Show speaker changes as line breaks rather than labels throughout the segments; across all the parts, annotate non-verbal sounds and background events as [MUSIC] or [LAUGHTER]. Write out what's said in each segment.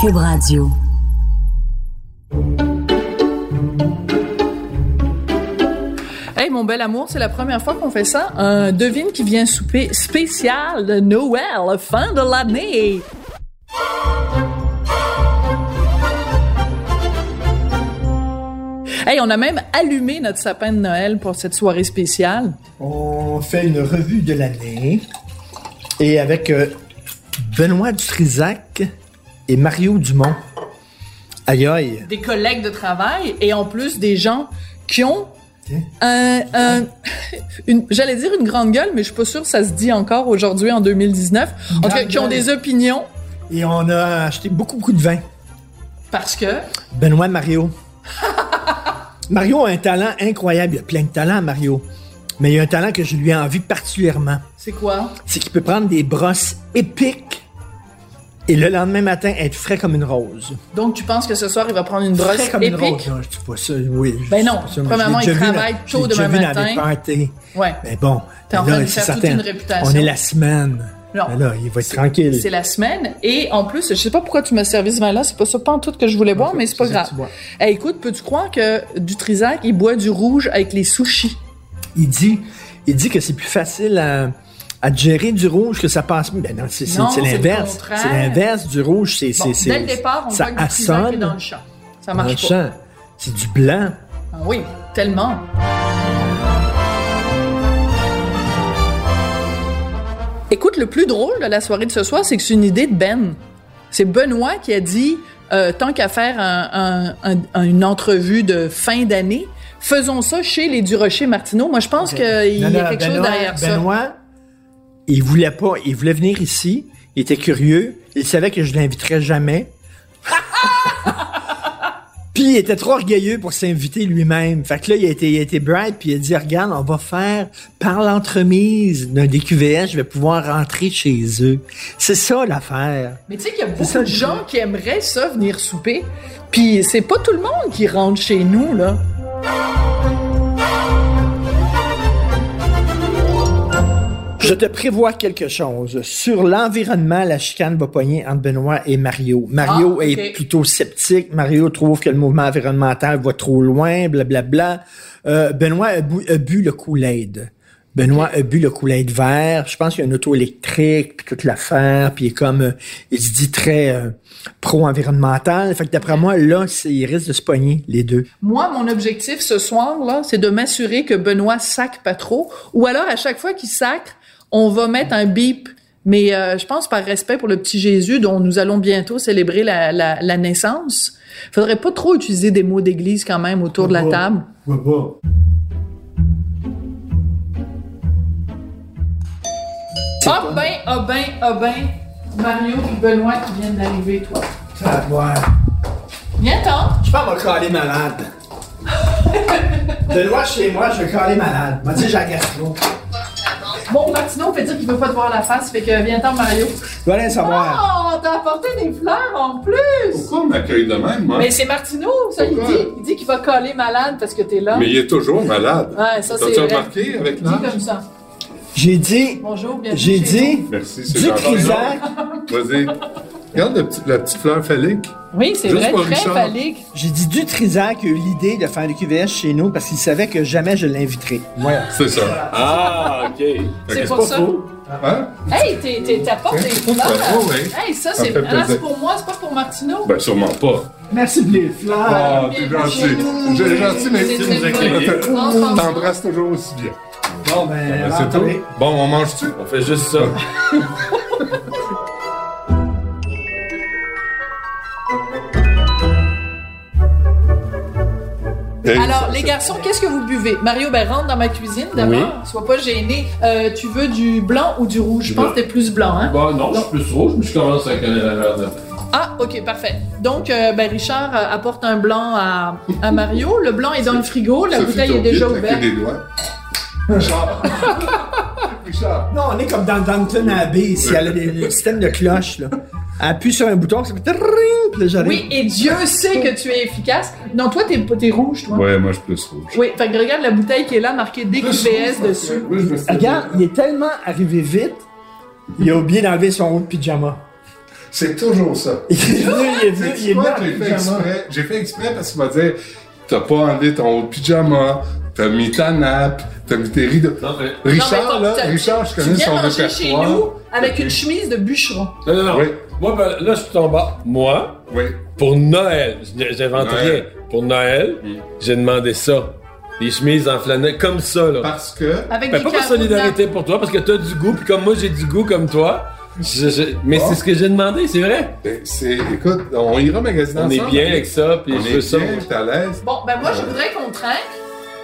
Cube Radio.
Hey, mon bel amour, c'est la première fois qu'on fait ça. Un devine qui vient souper spécial de Noël, fin de l'année. Hey, on a même allumé notre sapin de Noël pour cette soirée spéciale.
On fait une revue de l'année. Et avec euh, Benoît Dutrisac et Mario Dumont. Aïe aïe.
Des collègues de travail et en plus des gens qui ont
Ok.
un, un- [LAUGHS] une- j'allais dire une grande gueule, mais je suis pas sûre que ça se dit encore aujourd'hui en 2019. En tout cas,
Grande
qui ont
gueule.
des opinions
Et on a acheté beaucoup, beaucoup de vin.
parce que
Benoît Mario. Mario a un talent incroyable. Il a plein de talents, Mario. Mais il y a un talent que je lui envie particulièrement.
c'est quoi?
C'est qu'il peut prendre des brosses épiques et le lendemain matin être frais comme une rose.
Donc, tu penses que ce soir, il va prendre une brosse
frais comme une
épique?
rose. Non, je dis pas ça, oui. je
Ben
dis
non,
pas ça, mais
premièrement,
je l'ai
il
déjà vu
travaille
dans-
tôt
je l'ai
demain
déjà vu dans
matin.
des parties.
Ouais.
Mais bon,
T'es en
mais
train de
c'est
faire toute
certain,
une réputation.
On est la semaine.
Non.
Mais là, il va être tranquille.
C'est la semaine. Et en plus, je sais pas pourquoi tu m'as servi ce vin-là. C'est pas ça, pas en tout que je voulais boire, mais c'est pas
c'est ça que
grave.
tu bois.
Eh, écoute, peux-tu croire que Dutrisac, il boit du rouge avec les sushis?
Il dit, il dit que c'est plus facile à, à gérer du rouge que ça passe. mieux. Ben non, c'est c'est-
Non,
c'est
c'est le
l'inverse.
contraire.
C'est l'inverse du rouge. C'est
Bon,
c'est c'est
dès le départ, on
ça
voit que Dutrisac est
assonne
dans le champ. Ça
dans le
marche pas.
champ. C'est du blanc.
Ah oui, tellement. Écoute, le plus drôle de la soirée de ce soir, c'est que c'est une idée de Ben. C'est Benoît qui a dit, euh, tant qu'à faire un- un- un- une entrevue de fin d'année, faisons ça chez les Durocher Martineau. Moi, je pense qu'il euh, y a
Non, non,
quelque
Benoît-
chose derrière ça.
Benoît, il voulait pas. Il voulait venir ici. Il était curieux. Il savait que je l'inviterais jamais. [LAUGHS] Puis il était trop orgueilleux pour s'inviter lui-même. Fait que là, il a été, il a été bright, puis il a dit, regarde, on va faire par l'entremise d'un DQVS, je vais pouvoir rentrer chez eux. C'est ça l'affaire.
Mais tu sais qu'il y a beaucoup
ça,
de
le
gens qui aimeraient ça venir souper, puis c'est pas tout le monde qui rentre chez nous, là.
Je te prévois quelque chose. Sur l'environnement, la chicane va pogner entre Benoît et Mario. Mario
Ah,
est
ok.
plutôt sceptique. Mario trouve que le mouvement environnemental va trop loin, blablabla. Euh, Benoît a bu, a bu le Kool-Aid. Benoît a bu le Kool-Aid vert. Je pense qu'il y a une auto électrique, puis toute l'affaire, puis il est comme, euh, il se dit très euh, pro-environnemental. Fait que d'après moi, là, c'est- il risque de se pogner, les deux.
Moi, mon objectif ce soir, là, c'est de m'assurer que Benoît sac pas trop. Ou alors, à chaque fois qu'il sacre, on va mettre un bip. Mais euh, je pense par respect pour le petit Jésus dont nous allons bientôt célébrer la, la, la naissance, faudrait pas trop utiliser des mots d'église quand même autour de la table. Ah ben, ah ben, ah ben, Mario et Benoît qui viennent d'arriver, toi.
Ah, ouais.
Viens t'en.
Je pense que je vais caler malade. De loin chez moi, je vais caler malade. Moi, tu sais, j'ai la gastro.
Bon, Martino fait dire qu'il veut pas te voir la face, fait que viens t'en, Mario.
Je vais aller savoir.
Oh, t'as apporté des fleurs en plus!
Pourquoi on m'accueille de même, moi?
Mais c'est Martineau, ça, il
Ah. Pourquoi?
dit. Il dit qu'il va coller malade parce que t'es là.
Mais il est toujours malade.
Ouais, Ah, ça, c'est
T'as-tu
vrai.
remarqué avec
Il dit
l'âge?
comme ça.
J'ai dit,
Bonjour, bienvenue.
j'ai
chez
dit,
Merci, c'est
du
gentil.
Trisac,
Vas-y. Regarde le petit- la petite fleur phallique.
nous. Oui, c'est
Juste
vrai,
pour
très
Richard.
phallique.
j'ai dit du Trisac qui a eu l'idée de faire le QVS chez nous parce qu'il savait que jamais je l'inviterais. Voilà.
C'est ça.
Ah, OK.
C'est pour ça. Ah,
Hein?
Hey, t'es- t'es- t'apportes des
Ouais,
fleurs.
ouais, ouais.
Hey, ça,
Hein? Ça me
c'est
fait
ah, c'est
plaisir.
pour moi, c'est pas pour Martineau.
Ben, sûrement pas.
Merci pour les fleurs.
Ah, t'es gentil. J'ai gentil, mais
C'est
tu
très
nous
bon.
accueilles.
Non, c'est pas bon.
T'embrasses toujours aussi bien.
Bon, ben,
Ben, c'est tout.
attendez.
Bon, on mange-tu?
On fait juste ça.
Hey,
Alors,
ça,
les
ça-
garçons, qu'est-ce que vous buvez? Mario, ben, rentre dans ma cuisine d'abord.
Oui.
Sois pas gêné. Euh, tu veux du blanc ou du rouge? Je pense que t'es plus blanc, hein?
Bon, Bah, non, je suis plus rouge, mais je commence à connaître la verdure.
Ah, ok, parfait. Donc, euh, ben, Richard euh, apporte un blanc à, à Mario. Le blanc est dans le frigo. La
Sophie
bouteille est
Tourguide,
déjà
la queue
ouverte.
des doigts. Richard. Richard.
Non, on est comme dans Downton Abbey, si elle a des- le système de cloche, là. Elle appuie sur un bouton, ça fait tring, puis là, j'arrive.
Oui, et Dieu sait que tu es efficace. Non, toi, t'es t'es rouge, toi.
Ouais, moi, je suis plus rouge.
Oui, fait que regarde la bouteille qui est là, marquée DQBS dessus.
Oui, je me suis-
Regarde, il est tellement arrivé vite, il a oublié d'enlever son haut de pyjama.
C'est toujours ça.
Il est venu, il est venu, il est
C'est
venu
quoi
en
que j'ai
pyjama.
fait exprès? J'ai fait exprès parce qu'il m'a dit T'as pas enlevé ton haut de pyjama, t'as mis ta nappe, t'as mis tes rideaux.
Non, mais.
Richard,
Non, mais
là,
t'as- t'as-
Richard, je
Tu
connais son
viens manger chez nous
répertoire.
avec une chemise de bûcheron.
Non, non, non.
Oui.
Moi, ben, là, je suis en bas. Moi,
Oui.
pour Noël, je- j'invente rien.
Noël.
Pour Noël, j'ai demandé ça. Des chemises en flanelle, comme ça, là.
Parce que.
Avec des
Ben, pas pour
carreaux
solidarité pour toi, parce que t'as du goût, puis comme moi, j'ai du goût comme toi. je- je- mais
Bon.
c'est ce que j'ai demandé, c'est vrai.
ben, c'est. Écoute, on ira magasiner
On
ensemble.
est bien avec ça, puis
On
je veux
est
ça.
bien, t'es à l'aise.
Bon, ben moi, je voudrais qu'on trinque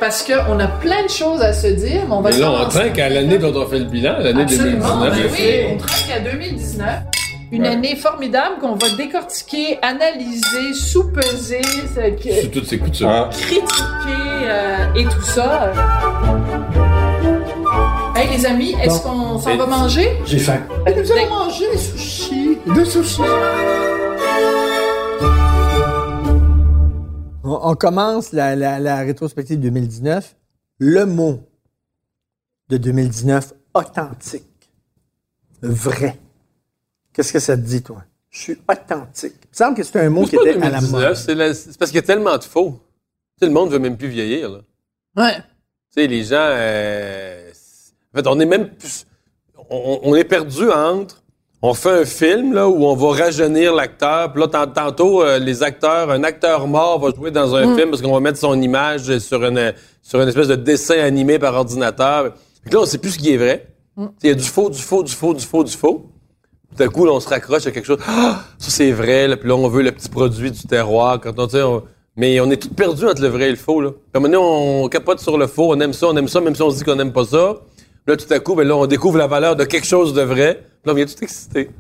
parce qu'on a plein de choses à se dire, mais on va
Mais là, on
commencer.
trinque à l'année dont on fait le bilan, l'année
Absolument,
2019.
ben
je
oui,
sais.
on trinque à 2019. Une
Ouais.
année formidable qu'on va décortiquer, analyser, sous-peser, ce que-
Sous toutes ces coutures.
Ah.
critiquer euh, et tout ça. Hey les amis, est-ce qu'on s'en
Et-
va manger?
J'ai faim.
Et nous allons
manger des sushis. Deux sushis. On, on commence la, la- la rétrospective 2019. Le mot de 2019, authentique. Vrai. Qu'est-ce que ça te dit, toi? Je suis authentique. Il me semble que c'est un mot qui
C'est pas
était à la
2019,
mode.
c'est la- c'est parce qu'il y a tellement de faux. Tu sais, le monde veut même plus vieillir. là.
Ouais.
Tu sais, les gens. euh, c'est- en fait, on est même plus. On, on est perdu entre. On fait un film là, où on va rajeunir l'acteur. Puis là, tant- tantôt, euh, les acteurs, un acteur mort va jouer dans un film parce qu'on va mettre son image sur une, sur une espèce de dessin animé par ordinateur. Fait que là, on sait plus ce qui est vrai.
Mm.
Tu sais, Il y a du faux, du faux, du faux, du faux, du faux. Tout à coup, là, on se raccroche à quelque chose. Ah, ça, c'est vrai. Là, puis là, on veut le petit produit du terroir. Quand on, tu sais, on- mais on est tout perdu entre le vrai et le faux. Là. Puis à un moment donné, on capote sur le faux. On aime ça, on aime ça, même si on se dit qu'on n'aime pas ça. Là, tout à coup, ben, là, on découvre la valeur de quelque chose de vrai. Puis là, on vient tout excité.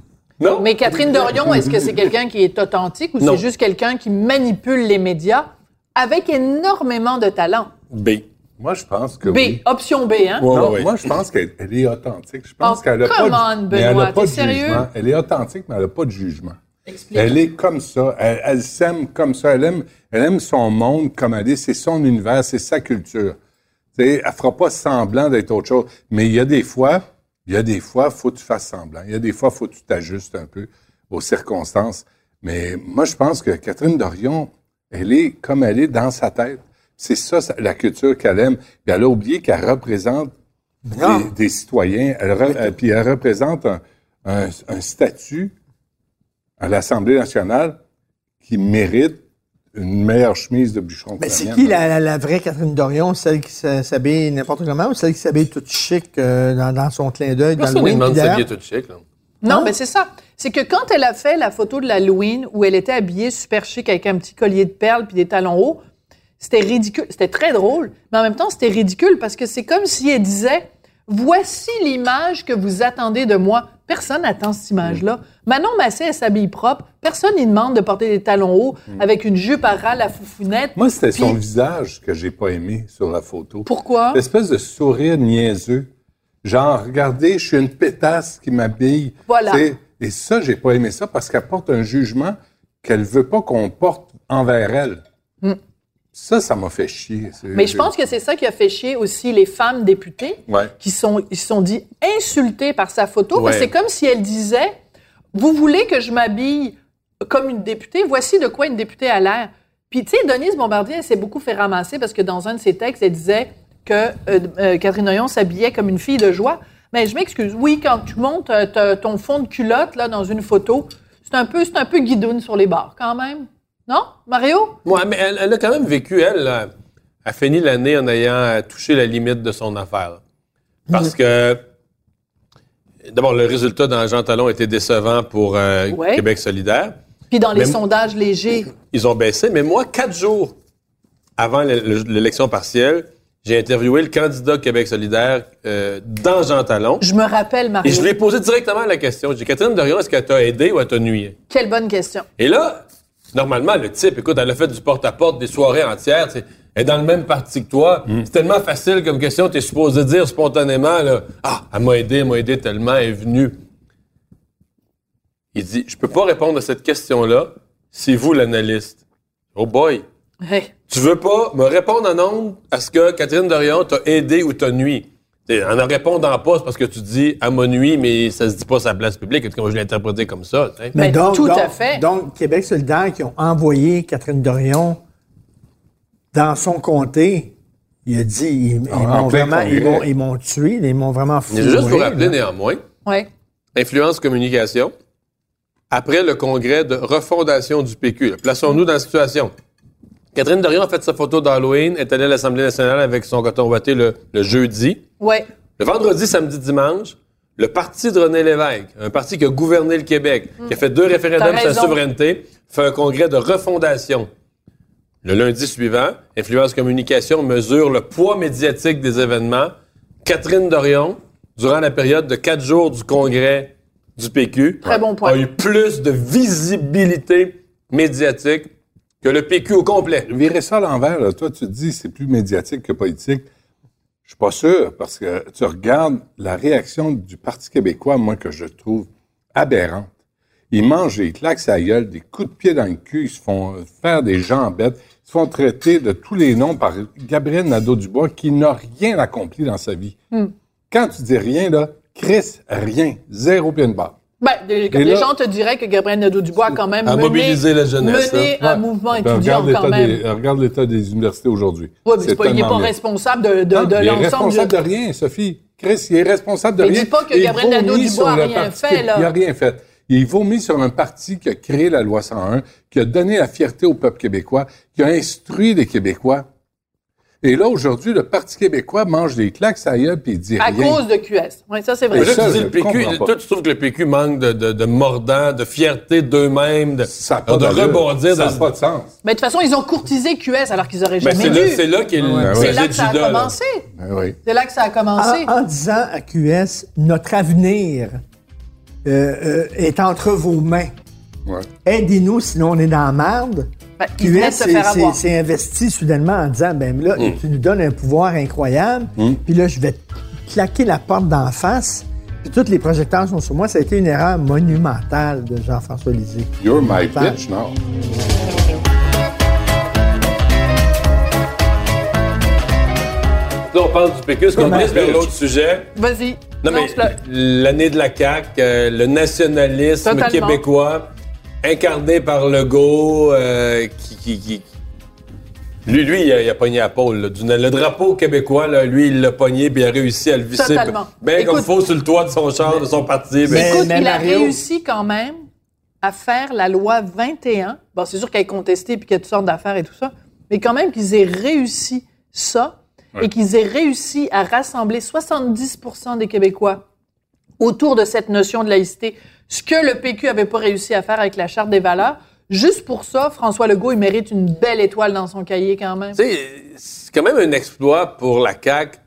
Non?
Mais Catherine Dorion, est-ce que c'est quelqu'un qui est authentique ou
Non.
c'est juste quelqu'un qui manipule les médias avec énormément de talent?
B.
Moi, je pense que.
B, option B, hein?
Ouais,
Non,
ouais, ouais.
Moi, je pense qu'elle elle est authentique. Je pense
Oh,
qu'elle a pas,
come
de-
on,
mais elle a
Benoît,
pas de
t'es sérieux?
jugement. Elle est authentique, mais elle n'a pas de jugement.
Explique.
Elle est comme ça. Elle, elle s'aime comme ça. Elle aime, elle aime son monde comme elle est. C'est son univers, c'est sa culture. Tu sais, elle fera pas semblant d'être autre chose. Mais il y a des fois, il y a des fois, faut que tu fasses semblant. Il y a des fois, faut que tu t'ajustes un peu aux circonstances. Mais moi, je pense que Catherine Dorion, elle est comme elle est dans sa tête. C'est ça, ça, la culture qu'elle aime. Puis elle a oublié qu'elle représente
Non.
des, des citoyens. Elle re- euh, puis elle représente un, un- un statut à l'Assemblée nationale qui mérite une meilleure chemise de bûcheron. que
Mais
la
c'est
mienne.
qui la, la- la vraie Catherine Dorion, celle qui s'a- s'habille n'importe comment ou celle qui s'habille toute chic euh, dans, dans son clin d'œil, dans le
Personne ne
wing,
demande
puis
si ça
derrière-
vient tout chic. Là.
Non, mais c'est ça. C'est que quand elle a fait la photo de l'Halloween où elle était habillée super chic avec un petit collier de perles puis des talons hauts, c'était ridicule. C'était très drôle, mais en même temps, c'était ridicule parce que c'est comme si elle disait Voici l'image que vous attendez de moi. Personne n'attend cette image-là. Manon Massé, elle s'habille propre. Personne n'y demande de porter des talons hauts avec une jupe à ras, la foufounette.
Moi, c'était son
Puis-
visage que j'ai pas aimé sur la photo.
Pourquoi?
L'espèce de sourire niaiseux. Genre, regardez, je suis une pétasse qui m'habille.
Voilà.
Tu sais, Et ça, j'ai pas aimé ça parce qu'elle porte un jugement qu'elle veut pas qu'on porte envers elle. Ça, ça m'a fait chier. C'est-
Hmm. Mais je pense que c'est ça qui a fait chier aussi les femmes députées
Ouais.
qui sont, ils se sont dit insultées par sa photo.
Ouais.
parce que C'est comme si elle disait Vous voulez que je m'habille comme une députée Voici de quoi une députée a l'air. Puis, tu sais, Denise Bombardier, elle s'est beaucoup fait ramasser parce que dans un de ses textes, elle disait que euh, euh, Catherine Noyon s'habillait comme une fille de joie. Mais je m'excuse. Oui, quand tu montes euh, ta- ton fond de culotte là, dans une photo, c'est un peu, c'est un peu guidoune sur les bords quand même. Non, Mario?
Ouais, mais elle, elle a quand même vécu, elle, là. a fini l'année en ayant euh, touché la limite de son affaire. là. Parce que, d'abord, le résultat dans Jean Talon était décevant pour euh,
Ouais.
Québec solidaire.
Puis dans les
Mais-
sondages légers.
Ils ont baissé, mais moi, quatre jours avant l'é- le- l'élection partielle, j'ai interviewé le candidat Québec solidaire euh, dans Jean Talon.
Je me rappelle, Mario.
Et je lui ai posé directement la question. J'ai dit, Catherine Dorion, est-ce qu'elle t'a aidé ou elle t'a nuit?
Quelle bonne question.
Et là, normalement, le type, écoute, elle a fait du porte-à-porte des soirées entières, tu sais, elle est dans le même parti que toi. C'est tellement facile comme question, t'es supposé dire spontanément, là, ah, elle m'a aidé, elle m'a aidé tellement, elle est venue. Il dit, je peux pas répondre à cette question-là, c'est vous l'analyste. Oh boy!
Hey.
Tu veux pas me répondre en nombre à ce que Catherine Dorion t'a aidé ou t'a nuit? T'sais, En en répondant pas, c'est parce que tu dis à mon nuit, mais ça se dit pas sur la place publique. En tout cas, moi, je l'ai interprété comme ça. tu sais.
Ben, tout à fait.
Donc, Québec solidaire qui ont envoyé Catherine Dorion dans son comté, il a dit, ils, ils
En
m'ont
plein
vraiment, ils
congrès.
m'ont, ils m'ont tué, ils m'ont vraiment fou.
Mais juste vous rappeler néanmoins,
Ouais.
Influence Communication, après le congrès de refondation du PQ, là, plaçons-nous dans la situation. Catherine Dorion a fait sa photo d'Halloween, est allée à l'Assemblée nationale avec son coton ouaté le, le jeudi.
Ouais.
Le vendredi, samedi, dimanche, le parti de René Lévesque, un parti qui a gouverné le Québec, qui a fait deux référendums
T'as
sur la
raison.
souveraineté, fait un congrès de refondation. Le lundi suivant, Influence Communication mesure le poids médiatique des événements. Catherine Dorion, durant la période de quatre jours du congrès du PQ,
Très bon point.
a eu plus de visibilité médiatique que le PQ au complet.
Virer ça à l'envers, là. toi, tu te dis c'est plus médiatique que politique. Je suis pas sûr, parce que tu regardes la réaction du Parti québécois, moi, que je trouve aberrante. Ils mangent des claques à la gueule, des coups de pied dans le cul, ils se font faire des jambettes, ils se font traiter de tous les noms par Gabriel Nadeau-Dubois, qui n'a rien accompli dans sa vie.
Hmm.
Quand tu dis rien, là, Chris, rien, zéro pied de barre.
Ben, des- les
Et là-
gens te diraient que Gabriel Nadeau-Dubois a quand même
À
mené,
mobiliser la jeunesse,
mené
Ouais.
un mouvement
Ben,
étudiant
regarde
quand
l'état
même.
des- regarde l'état des universités aujourd'hui.
Ouais, mais c'est pas- il n'est
tellement
pas
mieux.
responsable de, de,
Non,
de
Ah, il est
l'ensemble.
responsable
du-
de rien, Sophie. Chris, il est responsable de
Mais
rien.
dis pas que
Il
Gabriel
vomit
Nadeau-Dubois
sur
a
le
rien
parti
fait,
qui-
là.
Il a rien fait. Il vomit sur un parti qui a créé la loi 101, qui a donné la fierté au peuple québécois, qui a instruit les Québécois. Et là, aujourd'hui, le Parti québécois mange des claques, ça y est, puis il dit
À
rien.
cause de QS. Oui, ça, c'est vrai.
Mais là,
ça,
tu dis
je
le PQ,
comprends pas.
toi, tu trouves que le PQ manque de, de, de mordant, de fierté d'eux-mêmes, de,
Ça n'a pas
Ah, de
d'allure.
rebondir.
Ça
de-
n'a pas de sens.
Mais de toute façon, ils ont courtisé QS alors qu'ils auraient
Mais
jamais
Ben, c'est
dû.
là, c'est là qu'il
Ouais.
c'est
C'est là
le
que ça a
judas, là.
commencé.
Ben oui.
C'est là que ça a commencé.
En, en disant à QS, notre avenir euh, euh, est entre vos mains.
Ouais.
Aidez-nous, sinon on est dans la merde.
Ben, ils venaient
QS
de se faire avoir.
s'est investi soudainement en disant, ben là,
Hmm.
tu nous donnes un pouvoir incroyable, puis là, je vais te claquer la porte d'en face, puis tous les projecteurs sont sur moi. Ça a été une erreur monumentale de Jean-François Lisée.
You're my
Monumentale.
bitch now.
Là, on parle du PQ, ce qu'on glisse vers
mais-
l'autre sujet.
Vas-y.
Non, mais
lance-le.
l'année de la CAQ, euh, le nationalisme
Totalement.
québécois, incarné par Legault, euh, qui, qui, qui- Lui, lui, il a, il a pogné à Paul. là, du- le drapeau québécois, là, lui, il l'a pogné puis il a réussi à le visser.
Totalement.
Ben comme
Écoute-
faut sur le toit de son char, de son parti. ben-
Mais-
Écoute,
mais
il a
Mario-
réussi quand même à faire la loi 21. Bon, c'est sûr qu'elle est contestée puis qu'il y a toutes sortes d'affaires et tout ça, mais quand même qu'ils aient réussi ça et qu'ils aient réussi à rassembler 70 des Québécois autour de cette notion de laïcité, ce que le PQ avait pas réussi à faire avec la Charte des valeurs. Juste pour ça, François Legault, il mérite une belle étoile dans son cahier quand même.
Tu sais, c'est quand même un exploit pour la CAQ.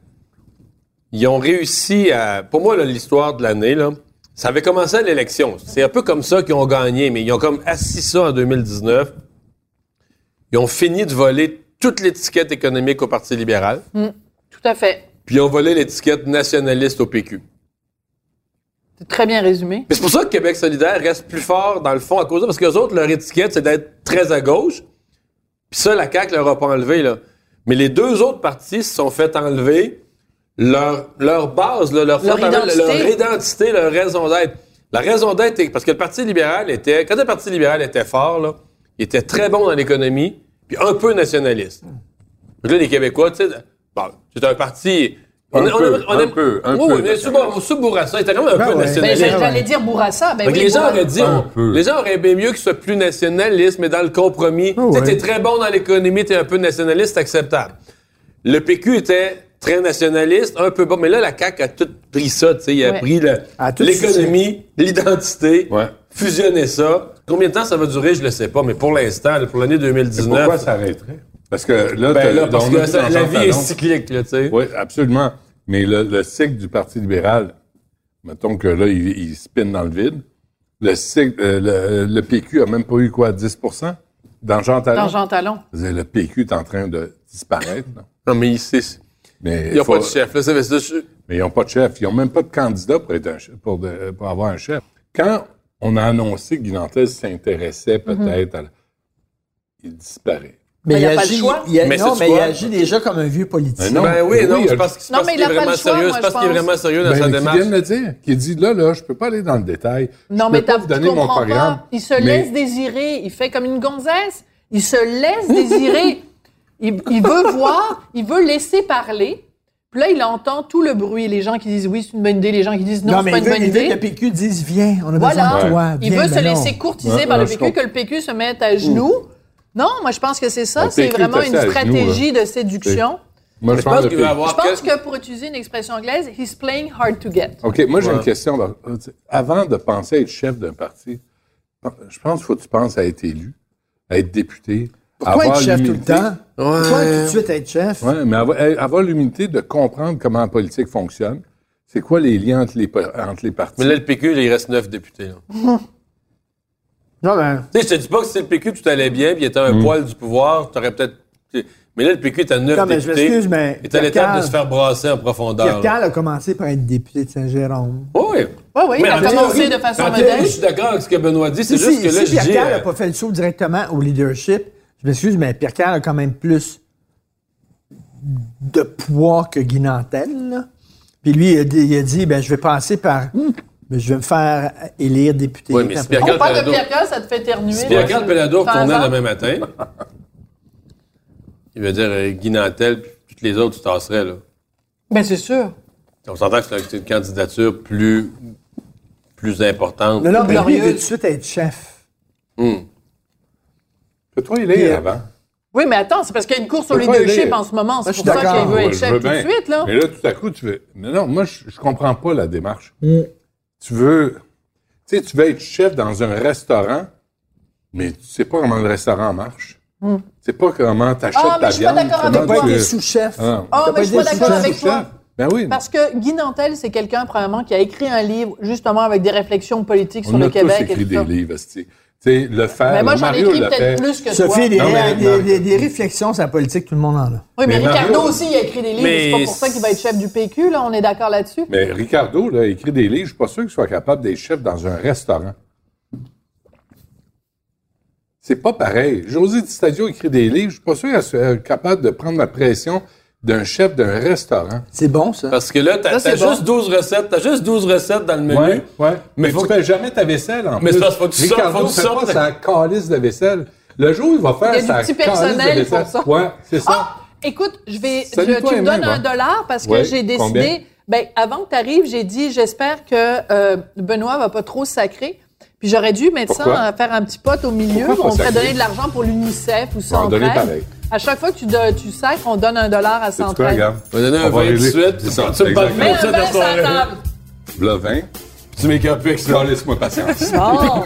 Ils ont réussi à. Pour moi, là, l'histoire de l'année, là, ça avait commencé à l'élection. C'est un peu comme ça qu'ils ont gagné, mais ils ont comme assis ça en 2019. Ils ont fini de voler toute l'étiquette économique au Parti libéral,
Tout à fait.
puis ils ont volé l'étiquette nationaliste au PQ.
C'est très bien résumé.
Mais c'est pour ça que Québec solidaire reste plus fort dans le fond à cause de parce que les autres leur étiquette c'est d'être très à gauche. Puis ça la CAQ leur a pas enlevé là. Mais les deux autres partis se sont fait enlever leur leur base, là, leur,
Leur
fondament,
identité.
leur identité, leur raison d'être. La raison d'être est- parce que le Parti libéral était quand le Parti libéral était fort là, il était très bon dans l'économie puis un peu nationaliste. Donc là les Québécois, tu sais bon, c'est un parti
Un peu, un
aime-
peu, un
Oui,
peu
oui, mais sous, sous Bourassa, il était quand même un
Ben
peu
ouais.
Ben,
nationaliste.
j'allais j'allais dire Bourassa. Ben
Fait que
oui,
les gens
Bourassa.
auraient dit,
Un
on-
peu.
les gens auraient aimé mieux que ce soit plus nationaliste, mais dans le compromis.
Oh
tu sais,
ouais.
t'es très bon dans l'économie, t'es un peu nationaliste, c'est acceptable. Le PQ était très nationaliste, un peu bon, mais là, la CAQ a tout pris ça, tu sais, il a
Ouais.
pris le-
A tout
l'économie, l'identité,
Ouais.
fusionné ça. Combien de temps ça va durer, je le sais pas, mais pour l'instant, là, pour l'année
Mais
2019,
Pourquoi ça arrêterait? Parce que là, t'as-
Ben là, parce
on a
que
vu
ça-
dans
la
Jean
vie
Talon.
est cyclique, là, tu sais.
Oui, absolument. Mais le, le cycle du Parti libéral, mettons que là, il, il spinne dans le vide. Le cycle, euh, le, le PQ a même pas eu quoi, 10 dans Jean Talon?
Dans Jean Talon.
C'est-à-dire, Le PQ est en train de disparaître. là.
Non, mais ici,
Mais
il n'y a
faut-
pas de chef. Là, ça, fait- ça, je-
Mais ils n'ont pas de chef. Ils n'ont même pas de candidat pour, être un chef- pour, de- pour avoir un chef. Quand on a annoncé que Guy Nantel s'intéressait
Mhm.
peut-être à la- Il disparaît.
Mais il Ben, a pas le
agit,
choix.
il a-
Mais
non,
c'est
mais
quoi?
il agit déjà comme un vieux politicien.
Mais non.
ben oui,
oui,
non,
il y a-
c'est parce, que- c'est
Non,
parce
mais
qu'il est
il a pas
vraiment
le choix,
sérieux.
moi,
C'est parce
je
qu'il est
pense.
vraiment sérieux dans
Ben,
sa
qui
démarche.
vient de le dire, qui dit là, là, je peux pas aller dans le détail.
Non,
Je
mais
peux pas
t'as-
vous
tu
donner mon
comprends
programme.
pas. Il se
mais-
laisse désirer. Il fait comme une gonzesse. Il se laisse [LAUGHS] désirer. Il, il
[LAUGHS]
veut voir. Il veut laisser parler. Puis là, il entend tout le bruit. Les gens qui disent oui, c'est une bonne idée. Les gens qui disent non,
Non,
c'est
mais
pas
il
une
veut,
bonne
il veut que le
idée.
PQ dise Viens, on a
Voilà.
besoin de toi.
Il
viens,
veut se
ben non.
laisser courtiser
Ouais,
par le
ouais, je
PQ, que
comprends.
le PQ se mette à genoux. Non, moi, je pense que c'est ça.
Le
C'est
PQ est
vraiment
assez
une
à genoux,
stratégie de séduction.
Moi,
Mais
je
je pense
pense
qu'il va
que-
avoir.
Je pense
quelques-
que, pour utiliser une expression anglaise, he's playing hard to get.
OK, moi, j'ai
Ouais.
une question. par- euh, tu sais, Avant de penser à être chef d'un parti, je pense qu'il faut que tu penses à être élu, à être député.
Pourquoi
avoir
être chef tout le
l'humilité-
temps? Pourquoi tout de suite être chef?
Oui, mais avoir, eh, avoir l'humilité de comprendre comment la politique fonctionne, c'est quoi les liens entre les, pa- entre les partis.
Mais là, le PQ, là, il reste neuf députés. là.
Non, ben,
Tu sais, je te dis pas que si le PQ, tout allait bien, puis il était un
Mm.
poil du pouvoir, tu aurais peut-être. Mais là, le PQ est à neuf
non, mais je
députés.
m'excuse, mais.
Il est à l'étape
Pierre
de se faire brasser en
Pierre
profondeur. là.
Carl a commencé par être député de Saint-Jérôme.
Oui,
Oui, oui, il
Mais
a
en
commencé
théorie-
de façon
en théorie,
modèle.
je suis d'accord avec ce que Benoît dit. C'est
Si,
juste que là,
si
je
Pierre
dis.
Carl n'a
euh,
pas fait le saut directement au leadership, je m'excuse, mais Pierre Carl a quand même plus de poids que Guy Nantel. là. Puis lui, il a dit, il a dit, ben, je vais passer par. ben, je vais me faire élire député.
Oui, mais si Pierre
On
Pierre-Carl
parle de
Pellado.
Pierre Carl, ça te fait éternuer.
Si
là,
Pierre-Carl
tu-
Pelladour
par
tournait
hasard.
demain matin, il veut dire euh, Guy Nantel, puis toutes les autres, tu tasserais, là.
Ben, c'est sûr.
On s'entend que c'est une- c'est une candidature plus, plus importante.
Non, non, mais lui, il veut
Glorieux.
tout de suite être chef.
Peux-toi élire
Pierre.
avant?
Oui, mais attends, c'est parce qu'il y a une course au
Faut pas
leadership
élire.
en ce moment. C'est
Ben, je
pour
suis
ça
d'accord.
qu'il veut
Ouais,
être
je
chef
veux
tout de
bien.
suite, là.
Mais là, tout à coup, tu veux. Mais non, moi, je, je comprends pas la démarche. Tu veux. Tu sais, tu veux être chef dans un restaurant, mais tu sais pas comment le restaurant marche. Tu sais pas comment t'achètes
Ah, mais
ta
je suis pas
viande.
d'accord
comment
avec
Pas
toi.
tu-
être sous-chef.
Ah.
Ah,
T'as
mais je suis
été
pas d'accord
sous-chef.
avec toi.
Ben oui.
Parce que Guy Nantel, c'est quelqu'un, probablement, qui a écrit un livre, justement, avec des réflexions politiques sur
On
le
a tous
Québec et
écrit
tout
des
ça.
livres, esti. Tu sais, le faire.
Mais moi,
le
j'en ai
Mario
écrit
l'a
peut-être
fait.
plus que
Sophie, des,
toi.
Non, mais-
des- des- des réflexions sur la politique, tout le monde en a.
Oui, mais,
Mais
Ricardo
Mario-
aussi, il a écrit des livres.
Mais
C'est pas pour ça qu'il va être chef du PQ, là. On est d'accord là-dessus.
Mais Ricardo, là, a écrit des livres. Je suis pas sûr qu'il soit capable d'être chef dans un restaurant. C'est pas pareil. José Di Stadio écrit des livres. Je suis pas sûr qu'elle soit capable de prendre la pression d'un chef d'un restaurant.
C'est bon, ça.
Parce que là, t'as
Ça,
t'as
c'est bon.
juste 12 recettes. T'as juste 12 recettes dans le menu.
Ouais, ouais. Mais,
faut
tu
que-
fais jamais ta vaisselle, en
Mais
plus.
c'est parce qu'il faut que tu sortes,
Ricardo
faut que tu
fait
sortes.
pas sa calice de vaisselle. Le jour où il va faire
Il y a du
sa
petit
calice de
personnel
vaisselle.
pour ça.
Ouais, c'est ça.
Ah! Écoute, je vais.
Salut,
je-
toi,
tu me
Emma,
donnes un
va.
dollar parce que
Ouais,
j'ai décidé.
combien?
Ben, avant que tu arrives, j'ai dit j'espère que euh, Benoît va pas trop se sacrer. Puis j'aurais dû mettre
Pourquoi?
ça euh, faire un petit pot au milieu.
Pourquoi pas
on pourrait
sacrer?
donner de l'argent pour l'UNICEF ou
On va en donner
Centraide.
pareil.
À chaque fois que tu, do- tu sacres, on donne un dollar à
C'est quoi,
Centraide. euh, ben,
regarde?
On va donner un
On va
vin tout de
régler.
suite.
C'est ça,
Tu me parles
exactement.
Mets un
Ça,
verre
dans
sur
son
la
rêve.
table.
Le vin.
Tu mets qu'un peu extra.
Calisse-moi patience.
Bon.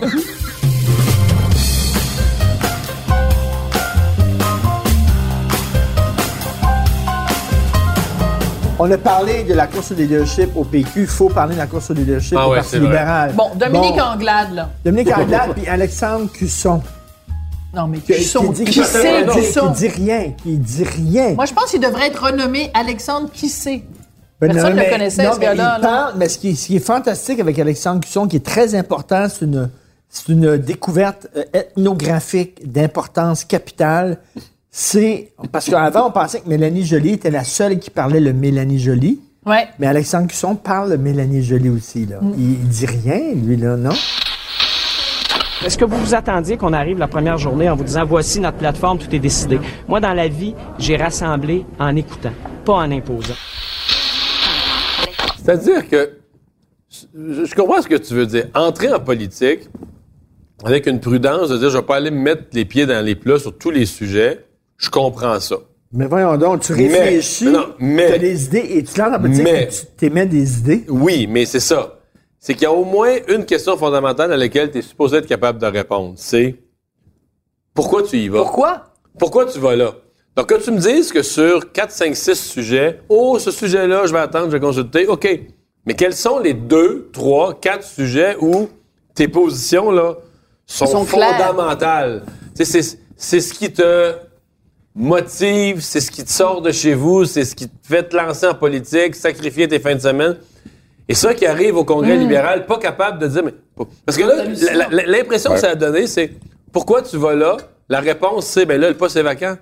On a parlé de la course au leadership au PQ. Il faut parler de la course au leadership
Ah
au
ouais,
Parti
c'est vrai.
libéral.
Bon, Dominique
Bon,
Anglade, là.
Dominique Anglade puis Alexandre Cusson.
Non, mais
qui-
Cusson,
qui, dit,
qui sait
qui-
Cusson?
qui dit rien. Qui dit rien.
Moi, je pense qu'il devrait être renommé Alexandre qui sait.
Ben,
personne
mais-
le connaissait,
non,
ce
mais
gars-là,
il
là.
parle, mais ce qui, est- ce qui est fantastique avec Alexandre Cusson, qui est très important, c'est une, c'est une découverte euh, ethnographique d'importance capitale. C'est parce qu'avant, on pensait que Mélanie Jolie était la seule qui parlait le Mélanie Jolie.
Ouais.
Mais Alexandre Cusson parle le Mélanie Jolie aussi. Là.
Mm.
Il, il dit rien, lui, là, non?
Est-ce que vous vous attendiez qu'on arrive la première journée en vous disant voici notre plateforme, tout est décidé? Moi, dans la vie, j'ai rassemblé en écoutant, pas en imposant.
C'est-à-dire que je, je comprends ce que tu veux dire. Entrer en politique avec une prudence de dire je vais pas aller me mettre les pieds dans les plats sur tous les sujets, je comprends ça.
Mais voyons donc, tu
Mais-
réfléchis,
mais non, mais-
tu as des idées et tu lances la politique
Mais-
et tu t'émets des idées.
Oui, mais c'est ça. C'est qu'il y a au moins une question fondamentale à laquelle tu es supposé être capable de répondre. C'est pourquoi tu y vas?
Pourquoi?
Pourquoi tu vas là? Donc, que tu me dises que sur 4, 5, 6 sujets, oh, ce sujet-là, je vais attendre, je vais consulter, OK. Mais quels sont les 2, 3, 4 sujets où tes positions, là, sont,
Elles sont claires.
fondamentales? Tu sais, c'est- c'est ce qui te motive, c'est ce qui te sort de chez vous, c'est ce qui te fait te lancer en politique, sacrifier tes fins de semaine. Et ça qui arrive au Congrès libéral, pas capable de dire, mais. Parce que là, la- la- l'impression que ça a donné, c'est pourquoi tu vas là? La réponse, c'est, ben là, le poste est vacant.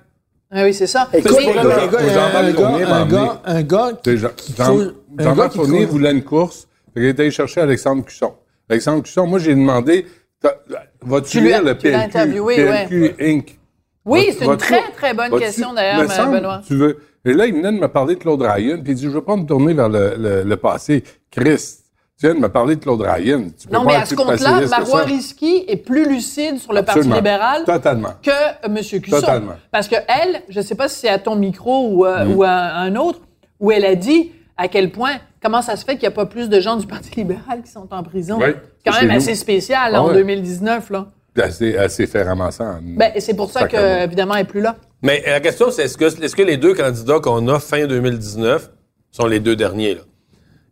Ah oui, c'est ça.
Écoute,
Mais-
un gars, un gars,
Faut Jean-Marc
un gars,
Fournier
un gars,
m'emmener.
un gars qui-
T'sais, Jean-
qui
Jean-
faut- un gars
Jean-Marc
qui
Fournier
faut-
voulait une course. Fait qu'il est allé chercher Alexandre Cusson. Alexandre Cusson, moi, j'ai demandé t'as-
Tu
vas-tu
lui as-
lire le
tu l'as
PLQ,
interviewé,
PLQ Inc.
oui,
Vas-
c'est une
vas-tu-
très, très bonne
vas-tu-
question, d'ailleurs, euh,
me semble,
Benoît.
Tu veux. Et là, il venait de me parler de Claude Ryan, puis il dit Je veux pas me tourner vers le, le- le passé. Christ, tu viens de me parler de Claude Ryan. Tu peux
Non,
pas
mais à
être
ce
plus
compte-là,
faciliste que
Marois
ça.
Risky est plus lucide sur le Parti
Absolument.
libéral
Totalement.
que euh, M. Cusson.
Totalement.
Parce que elle, je sais pas si c'est à ton micro ou, euh, ou à un autre, où elle a dit à quel point, comment ça se fait qu'il n'y a pas plus de gens du Parti libéral qui sont en prison.
Ouais,
C'est quand
c'est
même
nous.
assez spécial là,
Ah
en
ouais.
2019. Là.
Puis Elle s'est- elle s'est fait ramasser en.
Ben, et c'est pour ça que,
Sacrément.
évidemment, elle n'est plus là.
Mais euh, la question, c'est est-ce que, est-ce que les deux candidats qu'on a fin 2019 sont les deux derniers? là?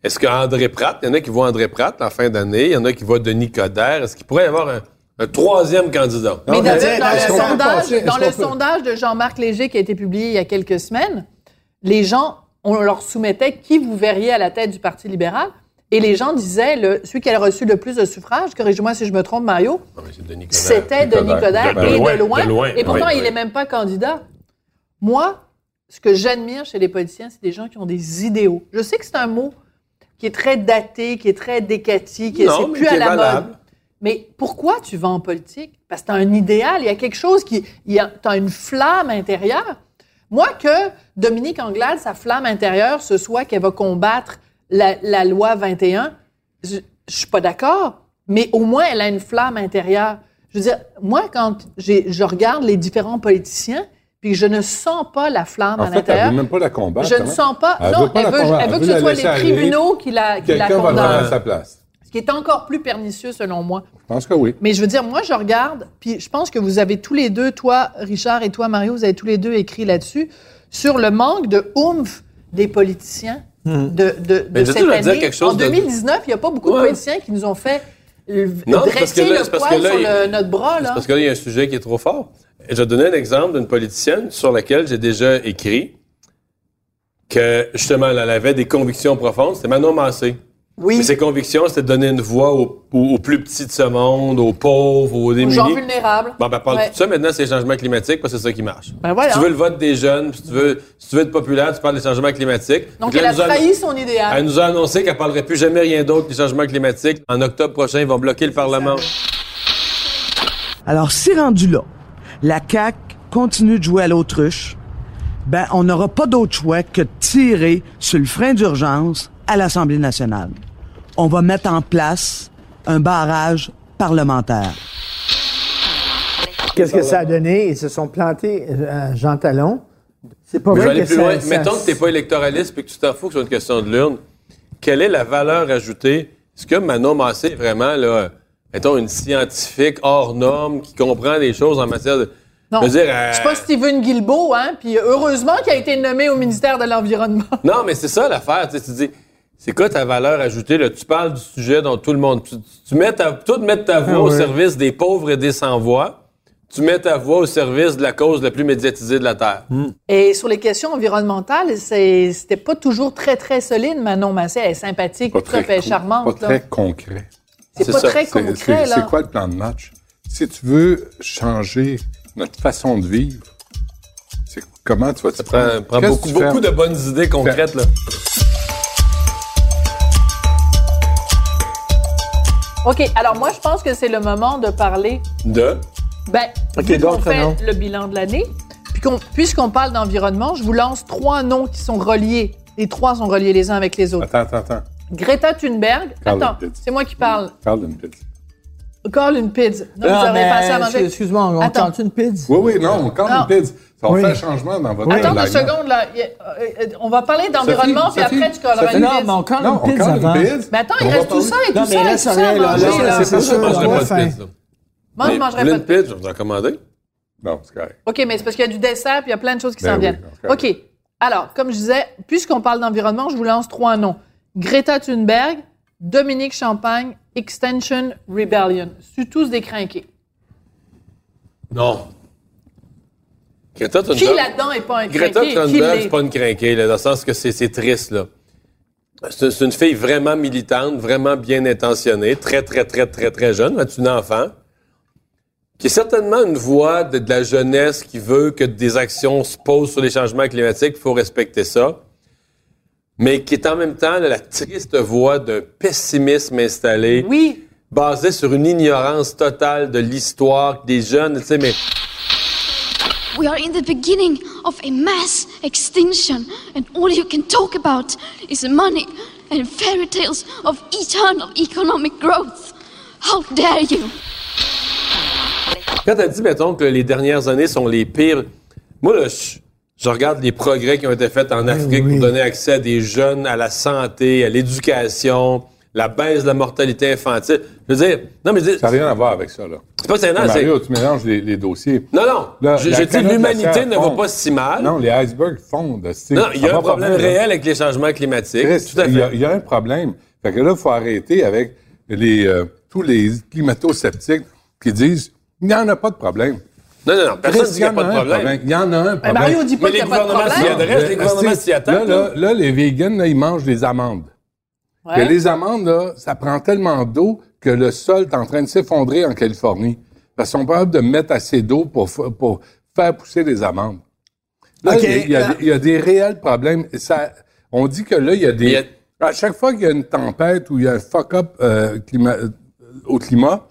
Est-ce que André Pratt, il y en a qui voient André Pratt en fin d'année, il y en a qui voient Denis Coderre, est-ce qu'il pourrait y avoir un, un troisième candidat?
Non,
Mais
Ah, mais
David,
attends, est-ce qu'on
dans le,
peut
sondage,
passer- est-ce
dans
qu'on
le
peut-
sondage de Jean-Marc Léger qui a été publié il y a quelques semaines, les gens, on leur soumettait qui vous verriez à la tête du Parti libéral. Et les gens disaient, le, celui qui a reçu le plus de suffrages, corrige-moi si je me trompe, Mario,
Non, mais c'est Denis Coderre.
c'était
Coderre.
Denis Coderre,
De
et
loin,
de loin,
de loin,
Et pourtant,
oui,
il
oui.
n'est même pas candidat. Moi, ce que j'admire chez les politiciens, c'est des gens qui ont des idéaux. Je sais que c'est un mot qui est très daté, qui est très décati, qui est
Non,
c'est
mais
plus
qui
à
est
la
valable.
mode. Mais pourquoi tu vas en politique? Parce que tu as un idéal, il y a quelque chose qui. Tu as une flamme intérieure. Moi, que Dominique Anglade, sa flamme intérieure, ce soit qu'elle va combattre la, la loi 21, je, je suis pas d'accord, mais au moins elle a une flamme intérieure. Je veux dire, moi, quand j'ai- je regarde les différents politiciens, puis que je ne sens pas la flamme
En
à
fait, elle
l'intérieur,
veut même pas la combattre.
je ne
hein.
sens pas.
Elle
non,
veut pas
elle,
la
veut,
combattre,
elle veut
elle
que
veut
ce
la
soit les
laisser aller.
tribunaux qui la, qui la
Quelqu'un va le
condamnent.
prendre à sa place.
Ce qui est encore plus pernicieux, selon moi.
Je pense que oui.
Mais je veux dire, moi, je regarde, puis je pense que vous avez tous les deux, toi, Richard, et toi, Mario, vous avez tous les deux écrit là-dessus, sur le manque de oomph des politiciens de, de, de
Mais je
cette
dois
année.
dire quelque chose
en
de-
2019, il n'y a pas beaucoup
Ouais.
de politiciens qui nous ont fait euh,
Non, c'est parce que
dresser
là-
le
c'est
poil
parce que là,
sur
il-
le- notre bras.
C'est
Là.
parce que là, il y a un sujet qui est trop fort. Et je vais donner un exemple d'une politicienne sur laquelle j'ai déjà écrit que, justement, elle avait des convictions profondes. C'était Manon Massé.
Oui,
Mais ses convictions, c'était de donner une voix aux, aux- aux plus petits de ce monde, aux pauvres, aux
aux
démunis.
gens vulnérables.
Bon, ben, parle
Ouais.
de ça maintenant, c'est les changements climatiques, parce que c'est ça qui marche.
Ben voilà.
Si tu veux le vote des jeunes, puis si tu veux, si tu veux être populaire, tu parles des changements climatiques.
Donc,
Puis
elle
là,
a
nous a-
trahi son idéal.
Elle nous a annoncé qu'elle parlerait plus jamais rien d'autre que les changements climatiques. En octobre prochain, ils vont bloquer le Parlement.
Alors, si rendu là, la CAQ continue de jouer à l'autruche, ben, on n'aura pas d'autre choix que de tirer sur le frein d'urgence à l'Assemblée nationale. On va mettre en place un barrage parlementaire.
Qu'est-ce que ça a donné? Ils se sont plantés euh, à Jean Talon. C'est pas
Mais je vais
vrai
aller
que
plus
ça-
loin.
ça-
Mettons que t'es pas électoraliste puis que tu t'en fous que c'est une question de l'urne. Quelle est la valeur ajoutée? Est-ce que Manon Massé est vraiment, là, mettons, une scientifique hors norme qui comprend des choses en matière de.
Non.
Je veux dire,
Je sais
euh,
pas Steven Guilbeault, hein, puis heureusement qu'il a été nommé au ministère de l'Environnement.
Non, mais c'est ça l'affaire. Tu sais, tu dis, c'est quoi ta valeur ajoutée? Là? Tu parles du sujet dont tout le monde. Tu, tu mets ta, tout mettre ta voix
Ah
au
ouais.
service des pauvres et des sans-voix. Tu mets ta voix au service de la cause la plus médiatisée de la Terre.
Hmm.
Et sur les questions environnementales, c'est- c'était pas toujours très, très solide, Manon Massé. Elle est sympathique,
Pas
tout à
très,
fait
cool,
charmante.
pas
là.
très concret.
C'est
c'est
pas
ça.
très
C'est-
concret,
c'est-
là.
C'est quoi le plan de match? Si tu veux changer notre façon de vivre, c'est comment tu vas te
Prends, prends beaucoup, beaucoup de bonnes idées concrètes. Là.
OK, alors moi, je pense que c'est le moment de parler,
De.
ben,
OK,
vu qu'on
d'autres
fait
noms.
le bilan de l'année, puis qu'on- puisqu'on parle d'environnement, je vous lance trois noms qui sont reliés. Les trois sont reliés les uns avec les autres.
Attends, attends, attends.
Greta Thunberg.
Carl
Attends,
Lipitz.
c'est moi qui parle.
Parle d'une pizza.
Colin Pids. Non, vous
Non,
avez
Ah, mais,
passé à manger.
Excuse-moi, on on
Attends.
tente une pizza?
Oui, oui, non, quand
Non.
une pizza. Ça va
Oui.
faire un changement dans votre
Attends
line-up.
deux secondes, là. Il y a- euh, euh, On va parler d'environnement, puis
Sophie,
après, tu colleras
Sophie,
une
Non,
pizza.
mais on compte
Non,
une
on
pizza
parle
avant.
d'une pizza.
Mais attends, il
On va
reste tout
parler-
ça et tout
Non, mais
ça. et
reste
tout ça
rien,
à
là,
manger,
là,
là.
c'est-
sûr,
je
on
mangerai
va
pas de
faire.
pizza.
Moi, je
Mais
mangerai
voulez
pas
une
de
pizza, je vais vous en commander.
Non, c'est correct.
OK, mais c'est parce qu'il y a du dessert, puis il y a plein de choses qui
Ben
s'en
oui,
viennent.
en tout
OK. Alors, comme je disais, puisqu'on parle d'environnement, je vous lance trois noms. Greta Thunberg, Dominique Champagne, Extension Rebellion. C'est tous des crinqués.
Non. Greta Thunberg.
Qui là-dedans est pas un
Greta
crinqué? Qui
Thunberg,
l'est?
c'est pas une crinquée, là, dans le sens que c'est c'est triste, là. C'est c'est une fille vraiment militante, vraiment bien intentionnée, très, très, très, très, très jeune. C'est une enfant qui est certainement une voix de, de la jeunesse qui veut que des actions se posent sur les changements climatiques. Il faut respecter ça. Mais qui est en même temps là, la triste voix d'un pessimisme installé
Oui.
basé sur une ignorance totale de l'histoire des jeunes, tu sais, mais
We are in the beginning of a mass extinction, and all you can talk about is money and fairy tales of eternal economic growth. How dare you!
quand t'as dit, mettons, que les dernières années sont les pires, moi, là, je, je regarde les progrès qui ont été faits
Ben
en Afrique pour donner accès à des jeunes, à la santé, à l'éducation, la baisse de la mortalité infantile. Je veux dire, non, mais je veux dire,
Ça n'a rien à voir avec ça, là.
c'est pas gênant, c'est...
Mario, tu mélanges les, les dossiers.
Non, non,
La-
je,
la
je dis
canette de
l'humanité
serre
ne va
fond.
pas si mal.
Non, les icebergs fondent. c'est-
Non, il
ça
y a
va
un
pas
problème
bien, là.
réel avec les changements climatiques.
Chris,
Tout à fait.
il y a- il y, a un problème. Fait que là, il faut arrêter avec les, euh, tous les climato-sceptiques qui disent il n'y en a pas de problème.
Non, non, non, personne ne
Chris,
dit
il
qu'il n'y a pas
en
de
un
problème.
Il y en a un problème.
Eh, Ben, Mario dit pas
Ah,
qu'il
Mais les
n'y a pas de
gouvernements
problème.
s'y adressent, les
Mais,
gouvernements
tu sais,
s'y attendent.
Là, là, là, les vegans, là, ils mangent des amandes.
Ouais.
Puis les amandes, là, ça prend tellement d'eau que le sol est en train de s'effondrer en Californie. Parce qu'ils sont capables de mettre assez d'eau pour, fa- pour faire pousser les amandes. Là,
OK.
il y a- il y, a, il y a des réels problèmes. Et Ça, on dit que là, il y a des...
Il y a-
À chaque fois qu'il y a une tempête ou il y a un fuck-up euh, climat- euh, au climat,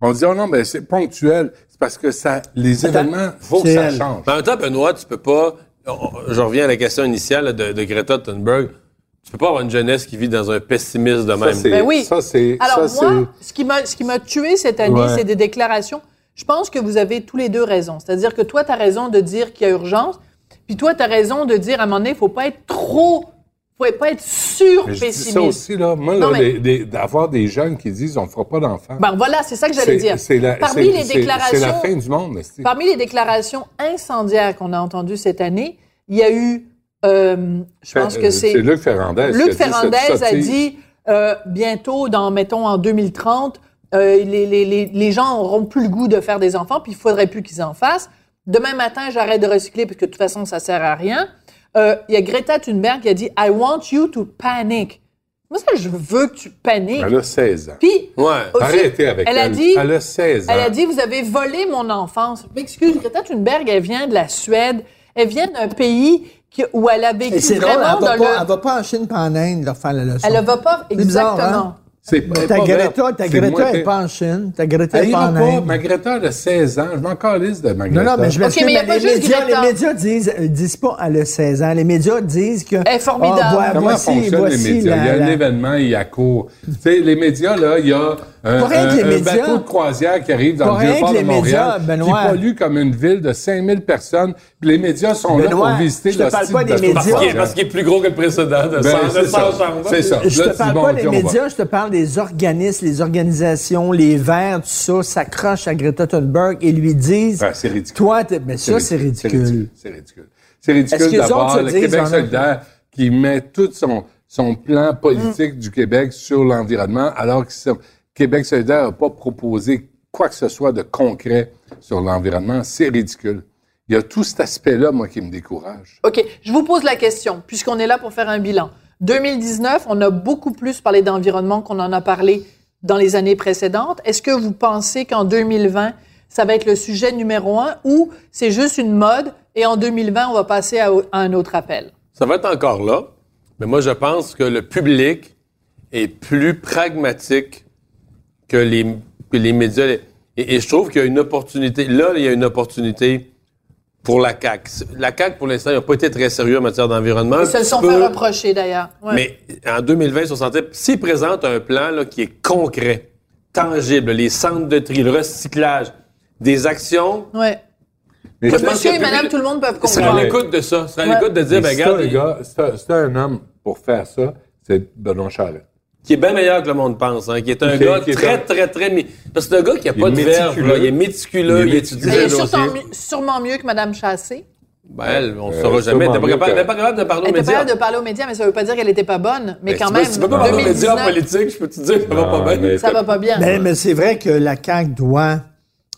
on dit « Oh non, ben c'est ponctuel. » C'est parce que ça, les événements, faut que
c'est
ça
elle.
change.
Mais en même temps, Benoît, tu peux pas. on- on- Je reviens à la question initiale de, de Greta Thunberg. Tu peux pas avoir une jeunesse qui vit dans un pessimisme
Ça,
de même.
c'est...
Ben oui.
Ça, c'est...
Alors,
ça,
moi,
c'est-
ce qui m'a, ce qui m'a tué cette année,
Ouais.
c'est des déclarations. Je pense que vous avez tous les deux raison. C'est-à-dire que toi, tu as raison de dire qu'il y a urgence, puis toi, tu as raison de dire, à un moment donné, il faut pas être trop, faut pas être
Mais je dis ça
sur-pessimiste.
aussi, là. Moi,
Non,
là,
mais-
les- les- d'avoir des jeunes qui disent on ne fera pas d'enfants.
Ben voilà, c'est ça que j'allais
C'est-
dire.
c'est la- c'est-
Parmi les
c'est- C'est la
déclarations,
fin du monde, c'est-
parmi les déclarations incendiaires qu'on a entendues cette année, il y a eu, euh, je pense
Fait-
que
euh,
c'est
C'est Luc Ferrandez. qui a
Luc
dit cette
Ferrandez a
sottise.
dit euh, bientôt, dans mettons en 2030, euh, les, les, les, les gens auront plus le goût de faire des enfants, puis il faudrait plus qu'ils en fassent. Demain matin, j'arrête de recycler parce que de toute façon, ça sert à rien. Euh, Il y a Greta Thunberg qui a dit I want you to panic. Moi, ça, je veux que tu paniques.
Elle a 16 ans.
Puis
Ouais.
aussi,
Ben Arrêtez avec elle.
elle a dit-
Elle a 16 ans.
elle a dit, vous avez volé mon enfance. Je M'excuse, Greta Thunberg, elle vient de la Suède. Elle vient d'un pays qui- où elle a vécu
Et c'est drôle,
vraiment
elle va,
dans
pas,
le...
elle va pas en Chine pas en Inde leur faire la leçon.
Elle ne va pas...
C'est bizarre,
Exactement.
hein?
C'est
Ta
pas vrai.
Greta, ta
C'est
Greta
moins
est
pire.
pas en Chine, ta Greta
Elle
est pas
ira
en
pas.
Inde.
Ma Greta, elle a 16 ans. Je m'en calisse de ma
Non,
Greta.
non, mais je m'excuse,
mais il y a
mais
pas
les,
juste
médias,
Greta.
les médias disent, euh, disent pas elle a 16 ans. Les médias disent que.
Elle est formidable.
Ah, voilà,
Comment
voici,
fonctionnent
voici
les médias?
la-
il y a un
la-
événement, il y a court. Tu sais, les médias, là, il y a un,
Pas rien que les
un- un
médias.
bateau de croisière qui arrive dans
Pas
le
rien
vieux port
que
de
les
Montréal
médias, Benoît.
qui pollue comme une ville de 5000 personnes. Puis les médias sont là
Benoît,
pour visiter
je te
le
parle
style
pas des
bateau de
médias.
Parce qu'il est-
croisière.
Parce qu'il est plus gros que le précédent. De
Ben,
cent- de
c'est
cent
ça.
chambres.
C'est ça.
Je
Là,
te
tu
parle
dis,
pas
bon,
des
ok, on va.
médias, je te parle des organismes, les organisations, les verts, tout ça, s'accrochent à Greta Thunberg et lui disent.
Ouais, Ah, c'est ridicule.
Toi, t'es- mais ça, c'est ridicule.
C'est ridicule. C'est ridicule,
Est-ce qu'ils
d'avoir
autres se
le
disent,
Québec
en
solidaire qui met tout son, son plan politique du Québec sur l'environnement, alors que ce- Québec solidaire n'a pas proposé quoi que ce soit de concret sur l'environnement. C'est ridicule. Il y a tout cet aspect-là, moi, qui me décourage.
OK, je vous pose la question, puisqu'on est là pour faire un bilan. 2019, on a beaucoup plus parlé d'environnement qu'on en a parlé dans les années précédentes. Est-ce que vous pensez qu'en 2020, ça va être le sujet numéro un ou c'est juste une mode et en 2020, on va passer à, au- à un autre appel?
Ça va être encore là, mais moi, je pense que le public est plus pragmatique que les, que les médias. Et, et je trouve qu'il y a une opportunité. Là, il y a une opportunité pour la CAQ. La CAQ, pour l'instant, n'a pas été très sérieux en matière d'environnement.
Ils se le sont
Tu peux-
fait reprocher d'ailleurs. Ouais.
Mais en 2020, ils se sentaient, s'ils présentent un plan là, qui est concret, tangible, les centres de tri, le recyclage, des actions,
Ouais.
Mais
Je
je-
pense
Monsieur et
que-
madame, tout le monde peuvent
ils seraient à
comprendre.
l'écoute de ça. Ils seraient à
Ouais.
l'écoute de dire,
mais
ben,
si t'as
regarde,
un gars, si t'as- si t'as un homme pour faire ça, c'est Benoît Charette.
qui est bien meilleur que le monde pense, hein, qui est un
Qui est-
gars
qui est
très,
un-
très, très... mi- Parce que c'est un gars qui a
Il
pas
est
de verve,
méticuleux.
là, il est méticuleux,
Il est
il étudie
Mais il
ses
est
dossiers.
sûrement, mi- sûrement mieux que Madame Chassé.
Ben, elle, on ne
Euh,
saura jamais. Elle
sûrement
n'est pas,
mieux
capable-
que-
elle est pas capable de parler
Elle
aux
était pas
médias.
capable de parler aux médias, mais ça veut pas dire qu'elle était pas bonne. Mais
Ben,
quand
tu peux-
même,
Tu peux pas parler aux médias en
2019,
politique, je peux te dire que ça va
Ah,
pas bien.
mais-
ça va pas bien.
Ben, mais c'est vrai que la CAQ doit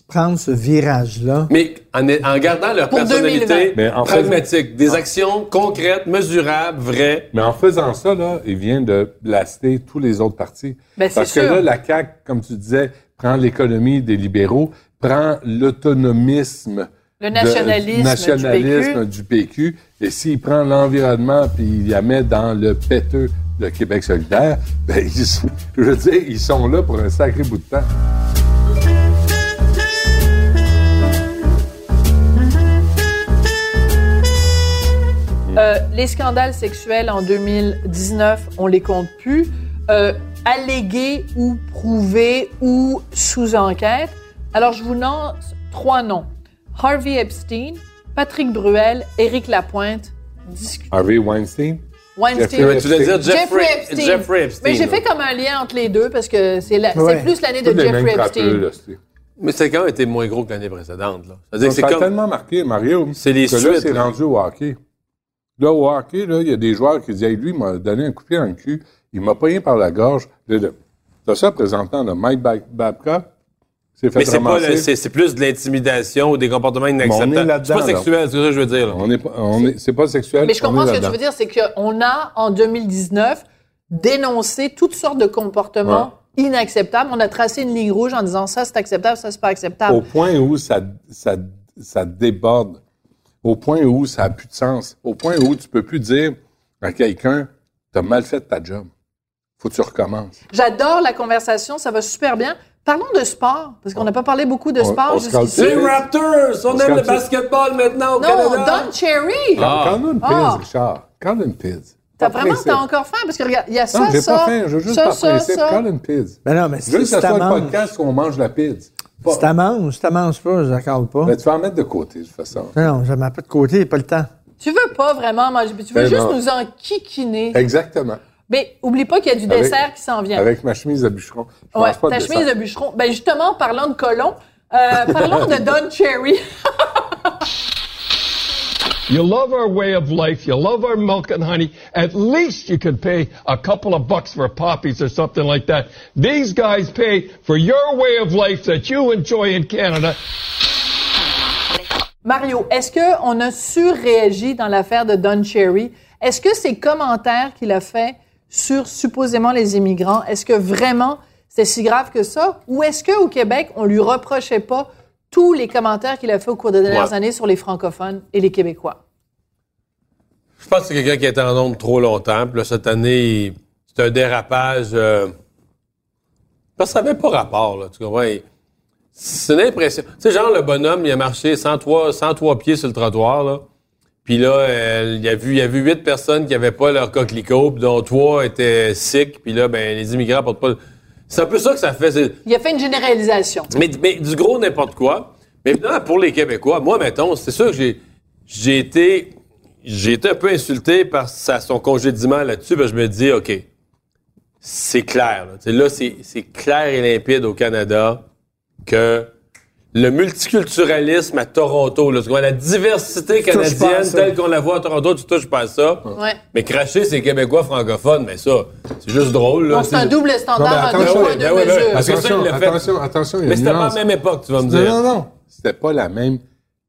prendre ce virage-là.
Mais en, en gardant leur
Pour
personnalité
2020.
Mais en fait-
pragmatique, des actions concrètes, mesurables, vraies.
Mais en faisant ça, là, il vient de blaster tous les autres partis.
Ben, c'est
Parce que
sûr.
là, la CAQ, comme tu disais, prend l'économie des libéraux, prend l'autonomisme.
Le
de-
nationalisme,
nationalisme du, PQ. Et s'il prend l'environnement puis il la met dans le péteux de Québec solidaire, [LAUGHS] ben, ils sont- je veux dire, ils sont là pour un sacré bout de temps.
Euh, les scandales sexuels en 2019, on les compte plus. Euh, allégués ou prouvés ou sous enquête. Alors, je vous lance trois noms. Harvey Epstein, Patrick Bruel, Éric Lapointe, discu-
Harvey Weinstein.
Weinstein.
Tu voulais dire
Jeffrey
Jeffrey,
Epstein.
Jeffrey Epstein.
Mais j'ai
là.
fait comme un lien entre les deux parce que c'est la-
Ouais.
c'est plus l'année
Tous
de
les mêmes
Jeffrey
crapeux,
Epstein.
là, c'est-
Mais ça a quand même été moins gros que l'année précédente. là. C'est-à-dire que c'est
Ça a
comme...
tellement marqué, Mario.
C'est les
que là,
suites,
c'est
là.
rendu au hockey. Là, au hockey, là, il y a des joueurs qui disent Hey, lui, il m'a donné un coup de pied dans le cul, il m'a pogné par la gorge. Là, là, T'as ça, présentant, là, Mike Ba- Babcock s'est fait
Mais c'est pas
ramasser.
le- c'est c'est plus de l'intimidation ou des comportements
Mais on est
inacceptables. C'est
là-dedans,
pas
là.
sexuel, c'est ça que je veux dire. là.
On est pas, on est, c'est pas sexuel.
Mais je
on
comprends
est
ce que tu
là-dedans.
veux dire, c'est qu'on a, en 2019, dénoncé toutes sortes de comportements inacceptables. On a tracé une ligne rouge en disant ça, c'est acceptable, ça, c'est pas acceptable.
Au point où ça, ça, ça déborde, au point où ça n'a plus de sens, au point où tu peux plus dire à quelqu'un T'as mal fait ta job. Faut que tu recommences.
J'adore la conversation, ça va super bien. Parlons de sport, parce qu'on n'a pas parlé beaucoup de
On-
sport
on se calme
jusqu'ici.
plus.
Les Raptors! On,
On se
aime
calme
le
tout.
basketball maintenant au
Non,
Canada!
Don Cherry!
Ah.
Quand même
Ah.
pizza, Richard. Quand une pizza.
T'as
Pas de
vraiment,
principe.
t'as encore faim? Parce que regarde, il y a ça,
Non, j'ai
ça,
pas faim. Je veux juste
ça,
par
ça,
principe.
ça.
Call une pizza.
Ben non, mais
Je
si
veux que
si
ça
t'en
soit un
manges,
podcast où on mange la pizza. Pas-
si t'en manges, si t'en manges pas, je l'accorde pas. Ben
Mais tu vas en mettre de côté, de toute façon.
Non, non, je mets pas de côté, pas le temps.
Tu veux pas vraiment manger, tu veux
Ben
juste
non.
nous enquiquiner.
Exactement.
Mais oublie pas qu'il y a du
Avec-
dessert qui s'en vient.
Avec ma chemise de bûcheron. Je
Ouais,
mange pas
ta
de
chemise de
dessert.
bûcheron. Ben justement, parlant de colon, euh, parlons de Don Cherry.
You love our way of life. You love our milk and honey. At least you could pay a couple of bucks for poppies or something like that. These guys pay for your way of life that you enjoy in Canada.
Mario, est-ce que on a surréagi dans l'affaire de Don Cherry? Est-ce que ces commentaires qu'il a fait sur supposément les immigrants, est-ce que vraiment c'est si grave que ça? Ou est-ce qu'au Québec, on lui reprochait pas tous les commentaires qu'il a fait au cours des dernières
Ouais.
années sur les francophones et les Québécois?
Je pense que c'est quelqu'un qui est en nombre trop longtemps. Puis là, cette année, il- c'est un dérapage. euh, Parce que ça n'avait pas rapport, là. Tu comprends? Il- C'est l'impression. Tu sais, genre, le bonhomme, il a marché 103, 103 pieds sur le trottoir, là. Puis là, elle- il a vu, il a vu huit personnes qui n'avaient pas leur coquelicot, puis dont trois étaient sick. Puis là, ben, les immigrants portent pas. le- C'est un peu ça que ça fait. c'est-
Il a fait une généralisation.
mais, mais du gros n'importe quoi. Mais maintenant, pour les Québécois, moi, mettons, c'est sûr que j'ai, j'ai été. J'ai été un peu insulté par sa- son congédiement là-dessus, parce que je me dis, OK, c'est clair. Là, Tu sais, là c'est, c'est clair et limpide au Canada que le multiculturalisme à Toronto, là, tu vois, la diversité
touches pas à
canadienne
ça.
telle qu'on la voit à Toronto, tu touches pas à ça.
Ouais.
Mais cracher ces Québécois francophones, mais ça, c'est juste drôle. Là,
Donc, c'est un double standard,
Non, mais
un deux
attention,
poids, deux
ben ouais, ben ouais,
mesures.
parce que ça,
Attention,
il l'a fait.
attention, attention, il y a
mais
une
c'était pas
nuance.
la même époque, tu vas me
Non,
dire.
non, non. C'était pas la même,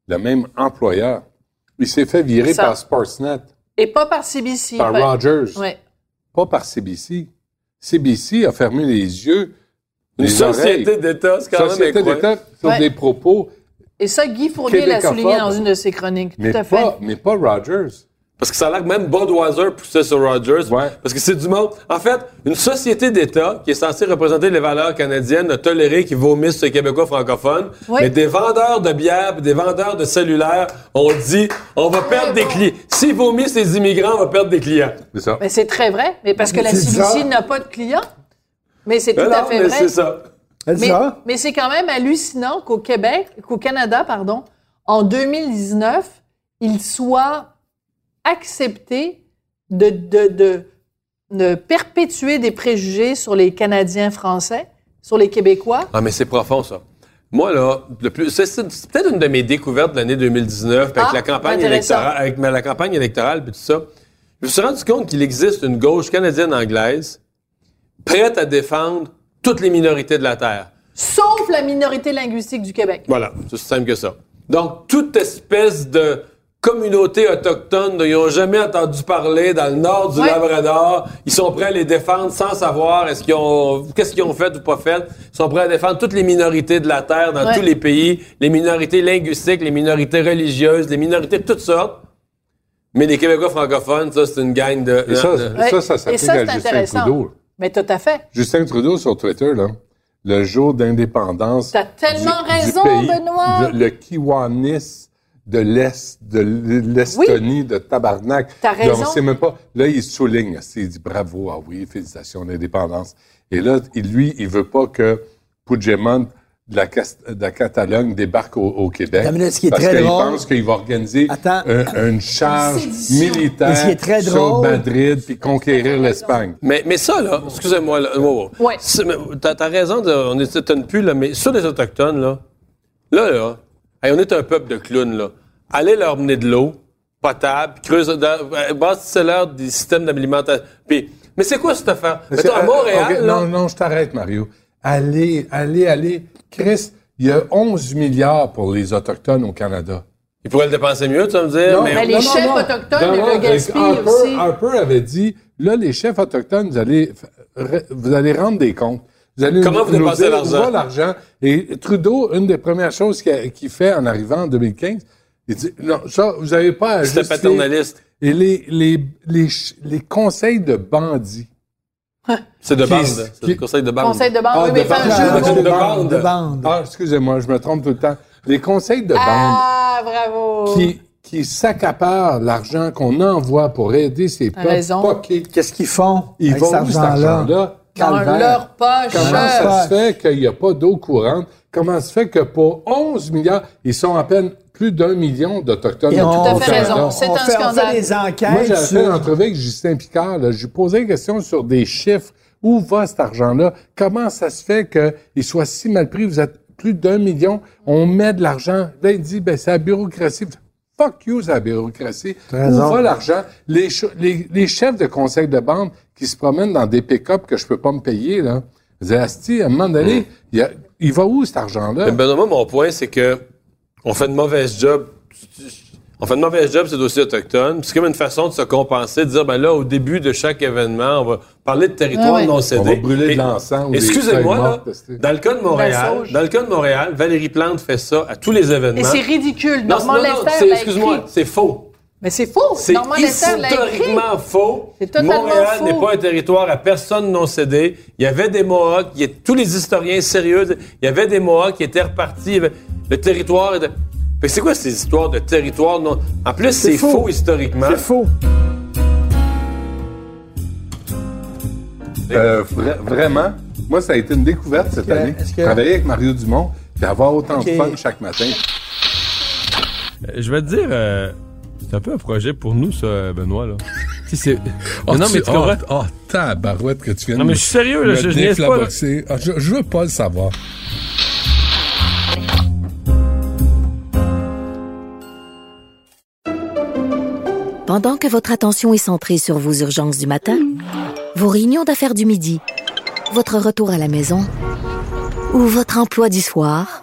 le même employeur. Il s'est fait virer
Ça-
par Sportsnet,
Et pas par CBC.
par
pas-
Rogers,
Ouais.
pas par CBC. CBC a fermé les yeux,
Une
les
société
oreilles.
d'État, c'est quand même
société
incroyable.
d'État sur
Ouais.
des propos,
Et ça, Guy Fournier l'a
Québécophobe.
souligné dans une de ses chroniques.
mais
Tout à fait.
pas, mais pas Rogers.
Parce que ça a l'air que même Budweiser poussait sur Rogers.
Ouais.
Parce que c'est du monde. En fait, une société d'État qui est censée représenter les valeurs canadiennes a toléré qu'ils vomissent sur les Québécois francophones.
Ouais.
Mais des vendeurs de bière pis des vendeurs de cellulaires ont dit on va perdre des clients. S'ils vomissent les immigrants, on va perdre des clients.
C'est ça.
Mais c'est très vrai. Mais parce que la
C'est bizarre.
CBC n'a pas de clients. Mais c'est tout
Ben
à
non,
fait
mais
vrai.
c'est ça.
C'est
Mais,
ça?
mais c'est quand même hallucinant qu'au Québec, qu'au Canada, pardon, en 2019, il soit accepté de, de, de de perpétuer des préjugés sur les Canadiens français, sur les Québécois.
Ah, mais c'est profond, ça. Moi, là, le plus, c'est, c'est peut-être une de mes découvertes de l'année 2019, puis
Ah,
avec, la campagne
intéressant.
électorale, avec ma- la campagne électorale, puis tout ça. Je me suis rendu compte qu'il existe une gauche canadienne-anglaise prête à défendre toutes les minorités de la Terre.
Sauf la minorité linguistique du Québec.
Voilà, c'est aussi simple que ça. Donc, euh, toute espèce de communauté autochtone dont ils n'ont jamais entendu parler dans le nord du
Ouais.
Labrador, ils sont prêts à les défendre sans savoir est-ce qu'ils ont, qu'est-ce qu'ils ont fait ou pas fait. Ils sont prêts à défendre toutes les minorités de la Terre dans
Ouais.
tous les pays, les minorités linguistiques, les minorités religieuses, les minorités de toutes sortes. Mais les Québécois francophones, ça, c'est une gang de...
Et ça,
de-
ça,
Ouais.
ça, ça s'applique
Et ça,
à
c'est
Justin
intéressant.
Trudeau.
Mais tout à fait.
Justin Trudeau sur Twitter, là, le jour d'indépendance.
T'as tellement
du
raison,
pays,
Benoît.
Le, le Kiwanis de l'Est, de l'Estonie, de Tabarnak.
T'as
Là,
raison.
On sait même pas. Là, il souligne. Il dit bravo, ah oui, félicitations d'indépendance. Et là, il- lui, il veut pas que Puigdemont de la, Cas- de la Catalogne débarque au, au Québec.
Attends une minute, ce qui est
parce
très
qu'il
drôle.
pense qu'il va organiser un- une charge militaire
Et ce qui est très
sur
drôle.
Madrid puis conquérir l'Espagne.
Mais, mais ça, là, excusez-moi, là, wow, wow.
Ouais.
C'est- mais T'as, t'as raison, de, on s'étonne plus, là, mais sur les Autochtones, là, là, là, hey, on est un peuple de clowns, là. Allez leur mener de l'eau, potable, creuse, bâtissez-leur des systèmes d'alimentation. Puis, mais c'est quoi cette affaire?
Mais
Mettons,
c'est-
à Montréal,
euh, ok,
là,
Non, non, je t'arrête, Mario. Allez, allez, allez. Chris, il y a 11 milliards pour les Autochtones au Canada.
ils pourraient le dépenser mieux, tu vas me dire,
Euh, Non,
mais...
Mais les chefs
non.
autochtones,
Non, non,
le gaspillent
Harper,
aussi.
Harper avait dit, là, les chefs autochtones, vous allez, f- vous allez rendre des comptes. Vous allez
Comment
nous-
vous
nous
dépensez
dire,
l'argent?
voilà l'argent. Et Trudeau, une des premières choses qu'il a- qu'il fait en arrivant en 2015, il dit, non, ça, vous n'avez pas à
C'était
justifier.
paternaliste.
Et les, les, les, ch- les conseils de bandits.
C'est de
Qui-
bande, c'est
qui-
le conseil de bande.
Conseil de bande,
Ah,
oui, mais
de
faire
bande.
un
Ah,
jeu de
de
mots.
bande.
De bande.
Ah, excusez-moi, je me trompe tout le temps. Les conseils de
Ah, bravo.
bande Ben, qui, qui s'accaparent l'argent qu'on envoie pour aider ces
T'as
peuples
raison.
poqués.
Qu'est-ce qu'ils font
Ils
avec
vont
cet
cet
argent-là?
argent-là.
Dans
calvaire.
leur poche.
Comment ça se fait qu'il n'y a pas d'eau courante? Comment se fait que pour 11 milliards, ils sont à peine plus d'un million d'Autochtones?
Et
Ils ont tout à
on
fait
fait-
raison. C'est
on
un
fait- On fait
scandale.
des
Moi,
enquêtes
j'avais fait une
sur...
entrevue avec Justin Picard. Là. Je lui posais une question sur des chiffres. Où va cet argent-là? Comment ça se fait qu'il soit si mal pris? Vous êtes plus d'un million. On met de l'argent. Là, il dit, ben, c'est la bureaucratie. Fuck you, c'est la bureaucratie. Où
T'as raison.
va l'argent? Les, cho- les- les chefs de conseil de bande qui se promènent dans des pick-up que je peux pas me payer, là. Ils disent, Asti, à un moment donné, il, y a- il va où cet argent-là?
Mais Benoît, moi, mon point, c'est que on fait de mauvaise job. On fait de mauvaise job, ces dossiers autochtones. puis C'est comme une façon de se compenser, de dire, ben là, au début de chaque événement, on va parler de territoire
Ah ouais.
non cédé.
On va brûler de
Et-
l'encens ou des
Excusez-moi,
feuilles
là,
mortes, c'est-
dans le cas de
De
Montréal,
la sauge.
dans le cas de Montréal, Valérie Plante fait ça à tous les événements.
Et c'est ridicule.
Non, c'est-
Normand
non, non,
Lester
c'est-
l'a
excuse-moi,
écrit.
c'est faux.
Mais c'est faux.
C'est
Normand Lester l'a écrit.
historiquement faux.
C'est totalement
Montréal
faux.
n'est pas un territoire à personne non cédé. Il y avait des Mohawks. il y a- tous les historiens sérieux, il y avait des Mohawks qui étaient repartis. il y avait- Le territoire. était- Fait que C'est quoi ces histoires de territoire non. En plus, c'est faux. historiquement.
C'est faux.
Euh, vra- vraiment, moi, ça a été une découverte cette
que-
année.
est-ce que-
Travailler avec Mario Dumont et avoir autant
Ok.
de fun chaque matin.
Euh, Je vais te dire, euh, c'est un peu un projet pour nous, ça, Benoît, là. Tu sais, c'est-
Oh,
non, mais tu comprends?
Oh, oh, tabarouette que tu viens
Non, mais je suis sérieux, là,
me
je- je niaise pas, là.
déflaboxer. Ah, je, je veux pas le savoir.
Pendant que votre attention est centrée sur vos urgences du matin, vos réunions d'affaires du midi, votre retour à la maison ou votre emploi du soir,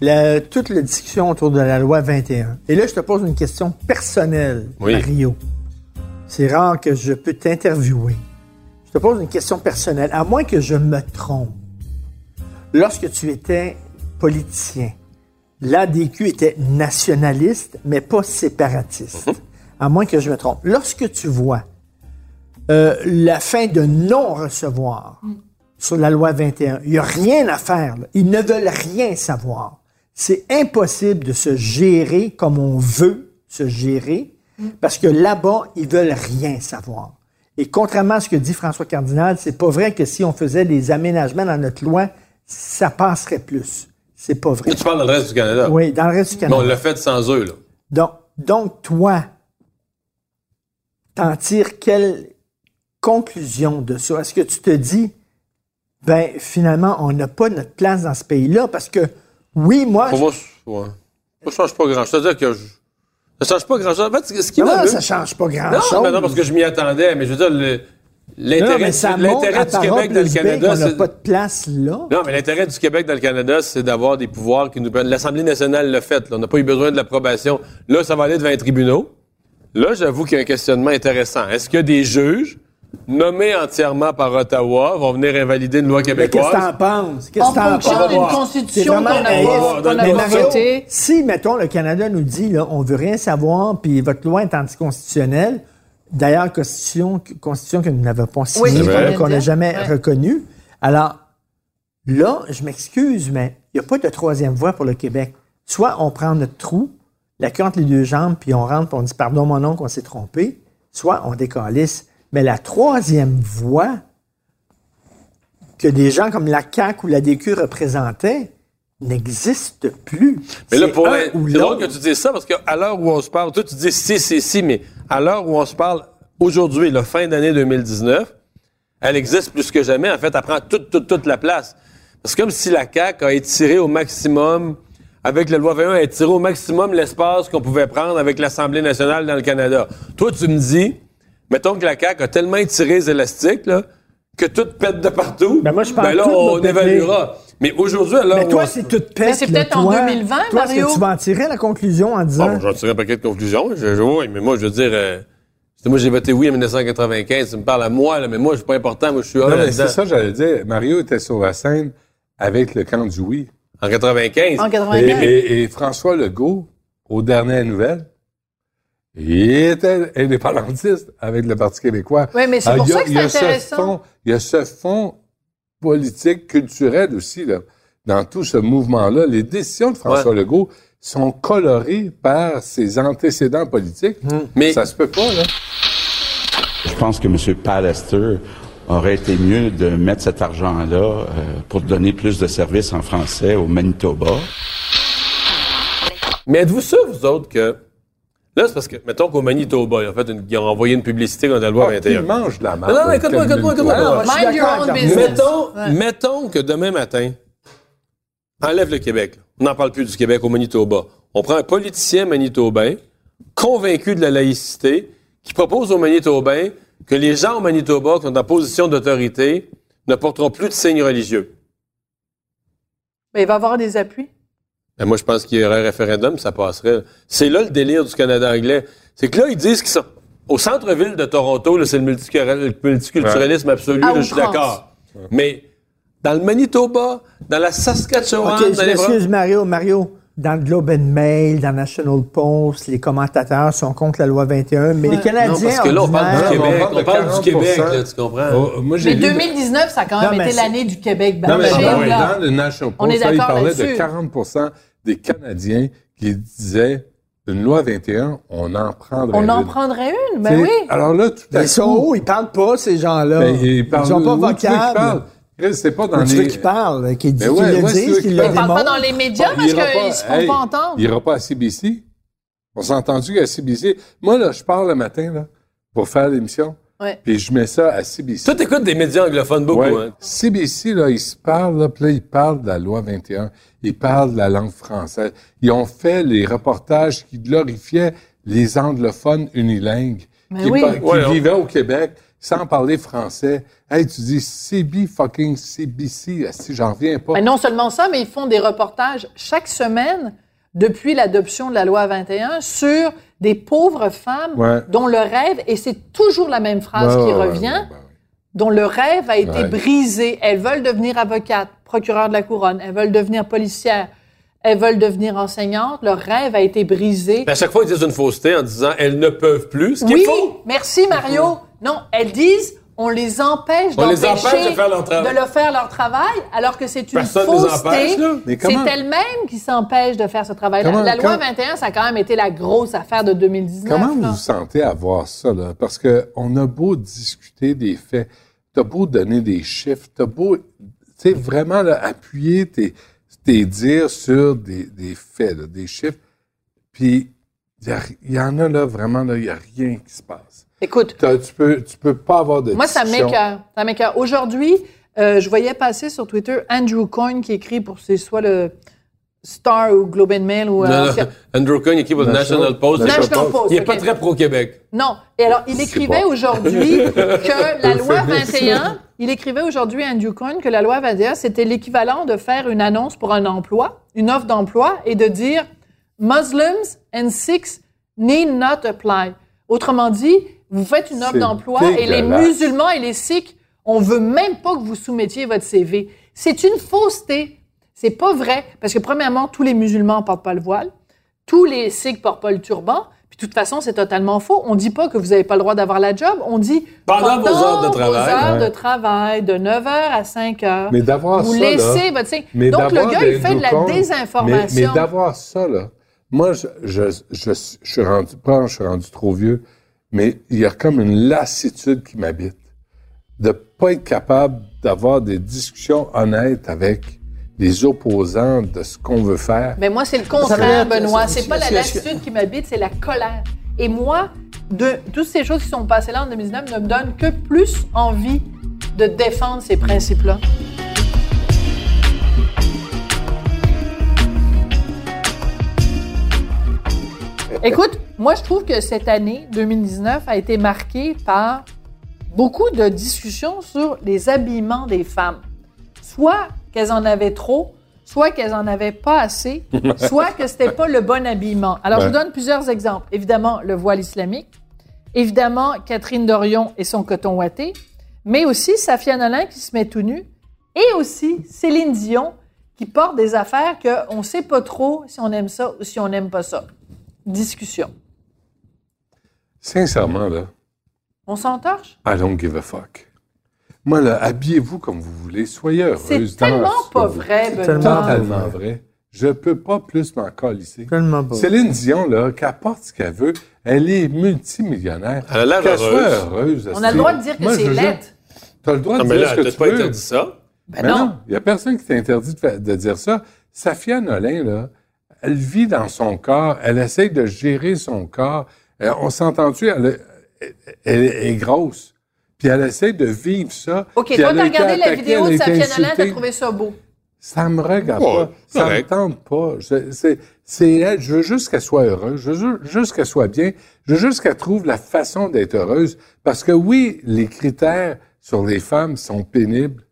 La- toute la discussion autour de la loi 21. Et là, je te pose une question personnelle,
Oui.
Mario. C'est rare que je peux t'interviewer. Je te pose une question personnelle, à moins que je me trompe. Lorsque tu étais politicien, l'ADQ était Mhm. nationaliste, mais pas séparatiste. À moins que je me trompe. Lorsque tu vois euh, la fin de non-recevoir mm. sur la loi 21. Il n'y a rien à faire. Là. Ils ne veulent rien savoir. C'est impossible de se gérer comme on veut se gérer mm. parce que là-bas, ils veulent rien savoir. Et contrairement à ce que dit François Cardinal, c'est pas vrai que si on faisait des aménagements dans notre loi, ça passerait plus. C'est pas vrai.
Tu parles dans le reste du Canada.
Oui, dans le reste du Canada.
Mais on l'a fait sans eux, là.
Donc, donc toi, t'en tires quelle conclusion de ça? Est-ce que tu te dis, ben, finalement, on n'a pas notre place dans ce pays-là? Parce que, oui, moi.
Pour je... moi, ouais. moi, change pas grand-chose. C'est-à-dire que je... Ça change pas grand-chose. En fait, ce qui
non, ça change pas grand-chose.
Non, mais non, parce que je m'y attendais, mais je veux dire, l'intérêt du Québec dans le Canada...
On n'a pas de place là.
Non, mais l'intérêt du Québec dans le Canada, c'est d'avoir des pouvoirs qui nous permettent... L'Assemblée nationale l'a fait. Là. On n'a pas eu besoin de l'approbation. Là, ça va aller devant les tribunaux. Là, j'avoue qu'il y a un questionnement intéressant. Est-ce que des juges nommés entièrement par Ottawa vont venir invalider une loi québécoise.
Mais qu'est-ce que t'en penses? Qu'est-ce que
t'en penses? En d'une constitution qu'on a, qu'on a votée.
Si, mettons, le Canada nous dit, là, on veut rien savoir, puis votre loi est anticonstitutionnelle, d'ailleurs, constitution, constitution que nous n'avons pas signée, oui, qu'on n'a jamais ouais. reconnue. Alors, là, je m'excuse, mais il n'y a pas de troisième voie pour le Québec. Soit on prend notre trou, la queue entre les deux jambes, puis on rentre, puis on dit, pardon mon oncle, on s'est trompé, soit on décalisse. Mais la troisième voie que des gens comme la CAQ ou la DQ représentaient n'existe plus.
Mais là, pour c'est drôle que tu dises ça parce qu'à l'heure où on se parle, toi, tu dis si, si, si, mais à l'heure où on se parle aujourd'hui, la fin d'année 2019, elle existe plus que jamais. En fait, elle prend toute, toute, toute la place. C'est comme si la CAQ a étiré au maximum, avec la loi 21, a étiré au maximum l'espace qu'on pouvait prendre avec l'Assemblée nationale dans le Canada. Toi, tu me dis, mettons que la CAQ a tellement tiré les élastiques là, que tout pète de partout.
Ben moi, je pense
ben là, on évaluera. Mais aujourd'hui, alors.
Mais toi, c'est tout pète.
Mais c'est peut-être en 2020,
toi,
Mario.
Que tu vas en tirer la conclusion en disant.
Bon, j'en tirer un paquet de conclusions. Je, je, oui, mais moi, je veux dire. Euh, moi, j'ai voté oui en 1995. Tu me parles à moi, là, mais moi, je suis pas important. Moi, je suis
non, là C'est ça, j'allais dire. Mario était sur la scène avec le camp du oui.
En 95.
En 95.
Et, et, et François Legault, aux dernières nouvelles, il était indépendantiste avec le Parti québécois.
Oui, mais c'est pour ça que c'est intéressant.
Ce fond, il y a ce fond politique, culturel aussi, là, dans tout ce mouvement-là. Les décisions de François ouais. Legault sont colorées par ses antécédents politiques. Mmh.
Hum.
Mais ça se peut pas, là.
Je pense que M. Palester aurait été mieux de mettre cet argent-là euh, pour donner plus de services en français au Manitoba.
Mais êtes-vous sûr, vous autres, que Là, c'est parce que, mettons qu'au Manitoba, ils ont, fait une, ils ont envoyé une publicité contre la loi
ah,
21.
Ils mangent de la marde.
Non, non, écoute-moi, écoute-moi, écoute-moi.
Mind your own business.
Mettons, ouais. mettons que demain matin, enlève le Québec. On n'en parle plus du Québec au Manitoba. On prend un politicien manitobain, convaincu de la laïcité, qui propose aux Manitobains que les gens au Manitoba qui sont en position d'autorité ne porteront plus de signes religieux.
Mais il va avoir des appuis
Ben, moi, je pense qu'il y aurait un référendum, ça passerait. C'est là le délire du Canada anglais. C'est que là, ils disent qu'ils sont. Au centre-ville de Toronto, c'est le, multiculturalisme ouais. absolu, là, je suis d'accord. Ouais. Mais dans le Manitoba, dans la Saskatchewan,
okay,
dans les.
Excuse Mario, Mario. Dans le Globe and Mail, dans National Post, les commentateurs sont contre la loi 21, mais ouais. les Canadiens. Non,
parce que là, on parle du Québec. On parle, on parle du Québec, là, tu comprends? Oh,
moi, mais 2019, de... ça a quand même non, été l'année du Québec.
Non, mais non, dans le National Post, ça, il parlait de 40 des Canadiens qui disaient une loi 21, on en prendrait
on
une.
On en prendrait une, ben oui.
Alors là, tout à
Ils sont où? Ils parlent pas, ces gens-là.
Ben, ils
ne sont pas vocables.
C'est pas dans
les...
Ceux
qui parlent, qui, ben ouais, qui ouais, le disent, qui, qui le
Ils parlent pas dans les
Ah,
médias parce qu'ils se font hey, pas entendre.
Il ira pas à CBC. On s'est entendu qu'à CBC... Moi, là, je parle le matin, là, pour faire l'émission. Puis je mets ça à CBC.
Toi, t'écoutes des médias anglophones beaucoup, ouais. hein?
CBC, là, ils se parlent, là, puis là, ils parlent de la loi 21. Ils parlent de la langue française. Ils ont fait les reportages qui glorifiaient les anglophones unilingues
Mais
qui,
oui.
qui ouais, vivaient on... au Québec sans parler français. Hey, tu dis CB fucking CBC, si j'en reviens pas.
Mais Ben, non seulement ça, mais ils font des reportages chaque semaine depuis l'adoption de la loi 21 sur des pauvres femmes
ouais.
dont le rêve, et c'est toujours la même phrase ouais, qui ouais, revient, dont le rêve a été brisé. Elles veulent devenir avocates, procureurs de la couronne, elles veulent devenir policières, elles veulent devenir enseignantes, leur rêve a été brisé.
Mais à chaque fois, ils disent une fausseté en disant elles ne peuvent plus, ce qui
oui,
est faux.
Merci Mario.
Non, elles disent on les empêche,
On les
d'empêcher
empêche de faire leur travail.
de le faire leur travail, alors que c'est une
Personne les empêche,
fausseté.
là. Mais
C'est
comment?
elle-même qui s'empêche de faire ce travail.
Comment-
la loi
comment-
21, ça a quand même été la grosse affaire de 2019.
Comment
là.
vous vous sentez à voir ça, là? Parce qu'on a beau discuter des faits, t'as beau donner des chiffres, t'as beau, tu sais, vraiment là, appuyer tes, tes dires sur des, des faits, là, des chiffres, puis il y a- il y, en a, là, vraiment, là, il n'y a rien qui se passe.
Écoute.
Tu peux, tu peux pas avoir de
Moi, ça
discussion.
m'écœure. Ça m'écœure. Aujourd'hui, euh, je voyais passer sur Twitter Andrew Coyne qui écrit pour c'est soit le Star ou Globe and Mail ou. euh,
Non, non. Andrew Coyne, équipe de
National-
National Post.
National National Post,
Il n'est pas
ok.
très pro-Québec.
Non. Et alors, il écrivait
bon.
aujourd'hui
[LAUGHS]
que la loi
Euphémisme.
21, il écrivait aujourd'hui à Andrew Coyne que la loi 21, c'était l'équivalent de faire une annonce pour un emploi, une offre d'emploi, et de dire Muslims and Sikhs need not apply. Autrement dit, vous faites une offre
C'est
d'emploi et les
dégueulasse.
musulmans et les sikhs, on veut même pas que vous soumettiez votre CV. C'est une fausseté. C'est pas vrai. Parce que, premièrement, tous les musulmans portent pas le voile tous les Sikhs portent pas le turban. Puis de toute façon, c'est totalement faux. On dit pas que vous n'avez pas le droit d'avoir la job. On dit
Pendant vos heures de travail.
vos heures
Ouais.
de travail, de 9h à 5h.
Mais d'avoir
Vous
ça,
laissez
là,
votre signe.
mais
Donc le
d'avoir
gars,
des
il fait de la
glucons,
désinformation.
Mais, mais d'avoir ça, là, moi, je, je, je, je suis rendu, pas, je suis rendu trop vieux, mais il y a comme une lassitude qui m'habite de pas être capable d'avoir des discussions honnêtes avec les opposants de ce qu'on veut faire.
Mais moi, c'est le contraire, Benoît. C'est pas la lassitude qui m'habite, c'est la colère. Et moi, de toutes ces choses qui sont passées là en 2019 ne me donnent que plus envie de défendre ces principes-là. Écoute, moi, je trouve que cette année 2019 a été marquée par beaucoup de discussions sur les habillements des femmes. Soit qu'elles en avaient trop, soit qu'elles en avaient pas assez, soit que c'était pas le bon habillement. Alors, je vous
Ouais.
donne plusieurs exemples. Évidemment, le voile islamique. Évidemment, Catherine Dorion et son coton ouaté. Mais aussi Safia Nolin qui se met tout nu. Et aussi Céline Dion qui porte des affaires qu'on ne sait pas trop si on aime ça ou si on n'aime pas ça. Discussion.
Sincèrement, là,
On s'entorche?
I don't give a fuck. Moi, là, habillez-vous comme vous voulez, soyez heureuse.
C'est tellement
dans ce que
pas
vous-
vrai, Ah.
C'est
Benoît.
tellement, tellement vrai. Je peux pas plus m'en calisser.
Tellement pas.
Céline Dion, là, qu'elle porte ce qu'elle veut, elle est multimillionnaire.
Elle a l'air
Qu'elle soit
heureuse.
heureuse.
On a le droit de dire que c'est laid.
Tu as le droit
Non,
de
mais
dire
là,
ce que
t'as
tu
pas
veux.
interdit ça.
Ben
Ben
non.
non, il n'y a personne qui t'interdit de, fa- de dire ça. Safia Nolin, là, elle vit dans son corps, elle essaye de gérer son corps. Euh, on s'entend-tu, elle, est- elle est grosse. Puis elle essaye de vivre ça.
OK,
Puis
toi,
elle
t'as
a été
regardé la
attaquée,
vidéo
elle
de
a été
Safia Nolin, t'as
insultée.
trouvé ça beau.
Ça me regarde
Ouais,
pas. Ça me
correct.
tente pas. Je- C'est c'est elle. Je veux juste qu'elle soit heureuse. Je veux ju- juste qu'elle soit bien. Je veux juste qu'elle trouve la façon d'être heureuse. Parce que oui, les critères sur les femmes sont pénibles.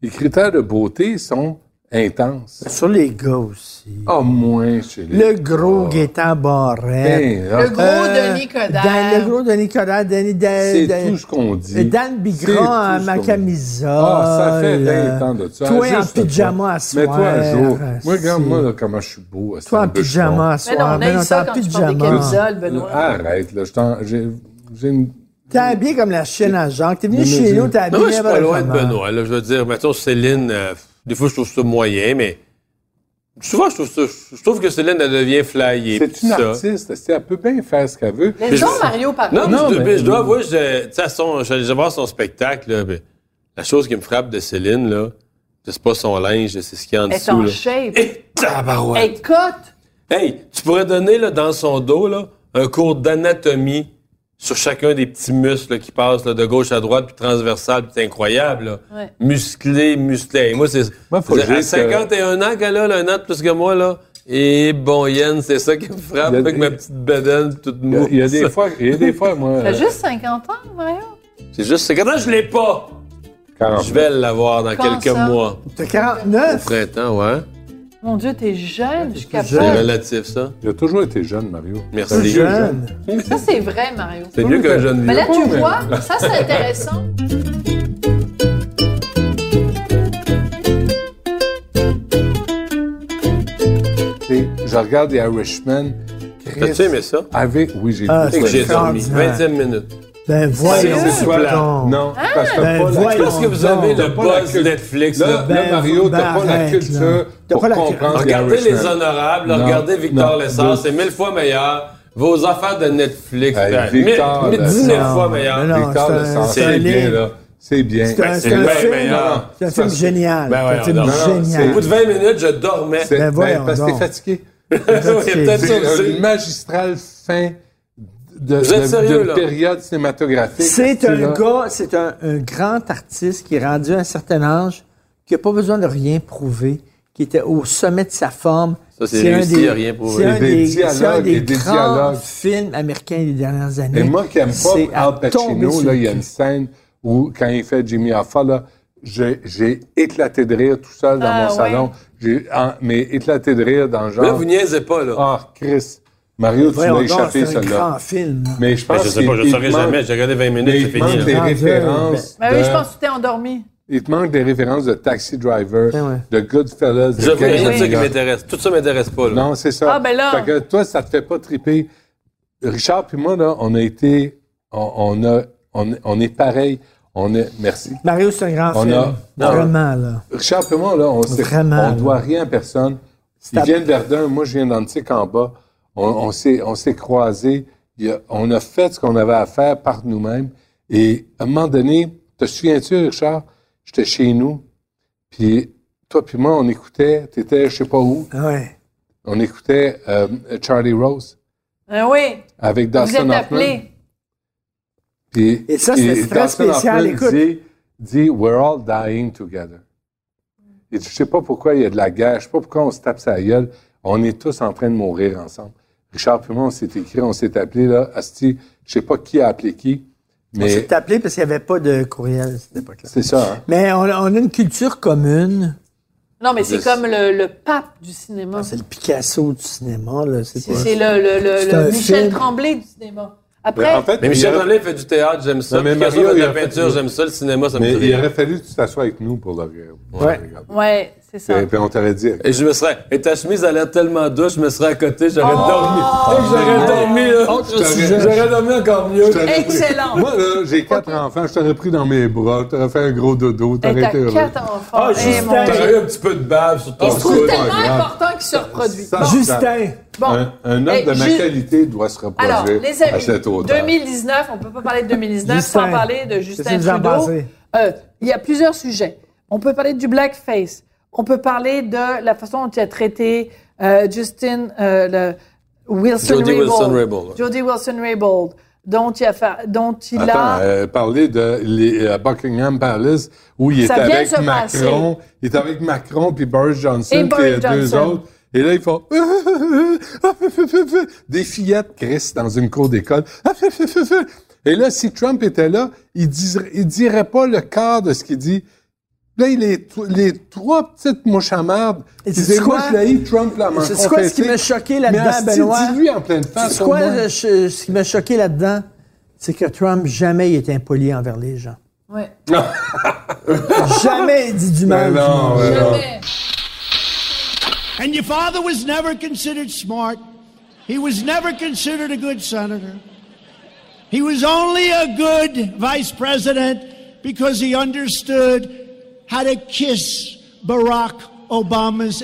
Les critères de beauté sont intenses.
Sur les gars aussi.
Ah, moins chez les
Le gros Gaétan Barrette.
Ah.
Euh,
Ben, Le
gros Denis Coderre.
Dan- ben, le gros Denis Coderre. Denis- Dan-
C'est
Dan-
tout ce qu'on dit.
Dan
C'est tout
Bigra
ce
en ma
qu'on dit.
camisole. euh,
Ah, ça fait 20 ans de ça.
Toi en
Juste
pyjama
ça.
à soir. euh,
Mais toi, un jour. Moi, regarde-moi
c'est-
là, comment je suis beau. c'est
Toi
un
en
bûcheron.
pyjama à
Mais non,
soir.
on
Mais
a eu
non, t'es
ça
en
quand tu portes des
pyjama.
camisoles,
Ah,
Benoît.
Arrête, là. je t'en- J'ai j'ai une
T'es habillé comme la chienne à Jacques. T'es venu
Mais
chez
je-
nous, t'es
Non, mais je
habillé
suis pas loin de
vraiment.
Benoît. Là, je veux dire, mettons, Céline, euh, des fois, je trouve ça moyen, mais souvent, je trouve, ça, je trouve que Céline, elle devient flyée.
C'est
puis
une
ça.
artiste. c'est- Elle peut bien faire ce qu'elle veut.
Laisse donc Mario parler.
Non, mais je, dois-
mais-
je dois avouer, je, tu sais, à son- j'allais voir son spectacle, là, puis la chose qui me frappe de Céline, là, c'est pas son linge, c'est ce qu'il y a en
Elle est en
dessous. là. Eh,
shape.
Tabarouette.
Elle cote.
Hey, tu pourrais donner là, dans son dos là, un cours d'anatomie sur chacun des petits muscles là, qui passent là, de gauche à droite, puis transversal, puis c'est incroyable. Là.
Ouais.
Musclé, musclé. Et moi, c'est.
Moi, faut
c'est-
que je
à
dise que-
51 ans qu'elle a, là, un an de plus que moi, là. Et bon, Yann, c'est ça qui me frappe
Il y a
avec
des-
ma petite bedaine toute
Il y a-
mou.
il y a des fois, il y a des
[LAUGHS]
fois, moi.
T'as juste 50 ans, Mario?
C'est juste, c'est quand je l'ai pas.
Ah.
Je vais l'avoir dans
Quand
quelques
ça?
mois.
T'as 49.
Au printemps, ouais.
Mon Dieu, t'es jeune, je
C'est
capote.
relatif, ça.
Il a toujours été jeune, Mario.
Merci.
Ça, c'est vrai, Mario.
C'est mieux qu'un jeune
Mais là,
vieux.
tu vois, ça, c'est intéressant.
Et je regarde les Irishmen.
T'as-tu aimé ça?
Avec, oui, j'ai
Ah,
vu
C'est que
ça.
j'ai dormi. 25 minutes.
Ben voyons
C'est
donc.
plate. Non,
Ah!
parce que
Ben
pas la-
voyons
parce que vous avez
donc.
le buzz Netflix. Là,
Ben,
là, Mario, t'as
ben,
pas la
arrête, là.
culture
T'as
pour
pas la culture.
comprendre.
Regardez
The Irishman.
les honorables,
Non,
regardez Victor
non, deux.
Lessard, c'est mille fois meilleur. Vos affaires de Netflix,
Hey,
ben,
Victor
mille- mille-
Lessard.
dix mille fois meilleur.
Non, non, Victor c'est un- Lessard, c'est c'est un bien, livre. là. C'est bien.
Fait que
C'est un
Ben, bien
film,
meilleur.
non,
C'est un film génial.
Ben ouais,
C'est un film
non, non, c'est- Au
génial.
bout de 20 minutes, je dormais. [LAUGHS]
C'est- Ben ben, voyons parce que t'es donc. fatigué.
C'est peut-être ça
C'est
aussi.
une magistrale fin de,
Vous êtes
de-
sérieux,
de
là?
période cinématographique.
C'est
là.
un gars, c'est un, un grand artiste qui est rendu à un certain âge, qui n'a pas besoin de rien prouver, qui était au sommet de sa forme.
Ça, c'est réussi à rien prouver.
C'est un
Et des
des,
dialogues,
c'est un des
et des
grands
dialogues.
films américains des dernières années.
Et moi qui aime
C'est
pas Al
à tomber
Pacino,
sur
là,
le
il y a
cul.
une scène où, quand il fait Jimmy Hoffa, là, j'ai j'ai éclaté de rire tout seul dans
Ah,
mon
ouais.
salon. J'ai- en- mais éclaté de rire dans le genre.
Là, vous niaisez pas, là.
Ah, Chris. Mario, tu
Voyons
l'as
donc,
échappé,
C'est un
celle-là.
grand film.
Mais je pense
Ben, je sais pas, je
qu'il-
saurais
il manque-
jamais. J'ai regardé 20 minutes,
mais
c'est
il
fini,
manque
là.
des
Ah,
références.
Ben oui,
de-
je pense que tu t'es endormi.
Il te manque des références de Taxi Driver, de Goodfellas.
Je
de
vois rien de ça qui
15
m'intéresse. Tout ça m'intéresse pas, là.
Non, c'est ça.
Ah, ben là.
Fait que toi, ça te fait pas triper. Richard puis moi, là, on a été... On, on a, on, on est pareil. On est... Merci.
Mario, c'est un grand
On
film.
a- Non.
Vraiment, là.
Ah
Richard et moi, là, on s'est-
Vraiment,
on
là.
doit rien à personne.
C'est
Il
à-
vient de Verdun, moi, je viens d'Antique en bas. On, on s'est, on s'est croisés. Il y a- on a fait ce qu'on avait à faire par nous-mêmes. Et à un moment donné, te souviens-tu, Richard, j'étais chez nous, puis toi puis moi, on écoutait, t'étais je sais pas où,
Ah Ouais.
on écoutait euh, Charlie Rose
Ah oui.
avec
Vous
Dustin
êtes
Hoffman.
appelé.
Puis-
Et ça, c'est très
Dustin
spécial,
Hoffman
écoute.
Dit, dit, We're all dying together. Et je sais pas pourquoi il y a de la guerre, je sais pas pourquoi on se tape sa gueule. On est tous en train de mourir ensemble. Richard puis moi, on s'est écrit, on s'est appelé, là, Asti, je sais pas qui a appelé qui,
On
mais
s'est appelé parce qu'il n'y avait pas de courriel à cette époque-là.
c'est ça, hein?
Mais on, on a une culture commune.
Non, mais c'est
Je-
comme le, le pape du cinéma.
Ah, C'est le Picasso du cinéma, là. C'est
C'est
pas-
c'est le, le, le,
C'est
le
un
Michel
film.
Tremblay du cinéma. Après,
Mais en fait,
Mais
il y
Michel
aurait-
Tremblay fait du théâtre, j'aime ça.
Non, mais
Picasso
Mario,
fait de
il
la
a fait-
peinture, j'aime ça. Le cinéma, ça me
Mais
fait
il
rire.
aurait fallu que tu t'assoies avec nous pour le regarder.
Ouais.
ouais, c'est ça.
Et puis on t'aurait dit,
Et je me serais. Et ta chemise, elle a l'air tellement douce, je me serais à côté, j'aurais
Oh!
dormi. Hey, j'aurais dormi, là. J'aurais dormi encore mieux.
Ah, Je t'aurais pris-
Excellent.
Moi, là, j'ai quatre enfants, je t'aurais pris dans mes bras, je t'aurais fait un gros dodo,
Et
t'aurais
t'as
été heureux.
quatre enfants.
Ah,
Eh,
Justin.
mon Dieu.
J'aurais eu un petit peu de bave sur ton
Il se trouve
coude.
pas
tellement
grave.
important qu'il se reproduit.
Ça,
Bon.
ça-
Justin.
Bon.
Un, un homme
Eh,
de ma
ju-
qualité doit se reproduire
Alors, les
à
amis,
cette hauteur.
2019, on ne peut pas parler de 2019
Justin.
sans parler de
Qu'est-ce
Justin
que vous en
Trudeau.
pensez?
Euh, il y a plusieurs sujets. On peut parler du blackface. On peut parler de la façon dont il a traité euh, Justin euh, le- Wilson
Jody
Raybould.
Wilson-Raybould, ouais.
Jody Wilson-Raybould, dont il a... Fa... Dont il a...
Attends, euh, parler de les, euh, Buckingham Palace où il
Ça
était
vient de
avec
se
Macron, il était avec Macron puis Boris Johnson
Et Boris
puis les deux
Johnson.
autres. Et là, ils font [LAUGHS] des fillettes, Chris, dans une cour d'école. Et là, si Trump était là, il dirait, il dirait pas le quart de ce qu'il dit. Là, il est tro- les trois petites mouches à marde.
Et
Il
c'est
disait,
quoi?
moi, je l'ai, Trump l'a manqué.
C'est quoi ce qui m'a choqué là-dedans, Benoît?
dis-lui en pleine face.
C'est
au
quoi
moins.
le- ce ce qui m'a choqué là-dedans? C'est que Trump, jamais il est impoli envers les gens.
Ouais.
jamais il dit du mal.
Ben non, ben non.
And your father was never considered smart. He was never considered a good senator. He was only a good vice president because he understood how to kiss Barack Obama's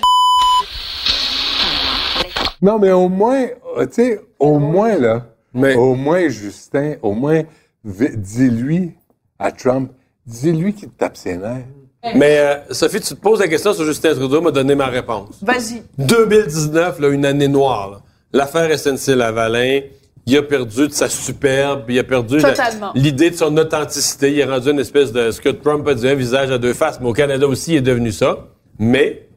Non, mais au moins, euh, tu sais, au moins, là, au moins, Justin, au moins, vi- dis-lui à Trump, dis-lui qu'il tape ses nerfs.
Mais euh, Sophie, tu te poses la question sur Justin Trudeau, m'a donné ma réponse.
Vas-y.
2019, là, une année noire. là. L'affaire SNC-Lavalin, il a perdu de sa superbe, il a perdu la-
Totalement.
l'idée de son authenticité. Il est rendu une espèce de, ce que Trump a dit, un visage à deux faces. Mais au Canada aussi, il est devenu ça. Mais,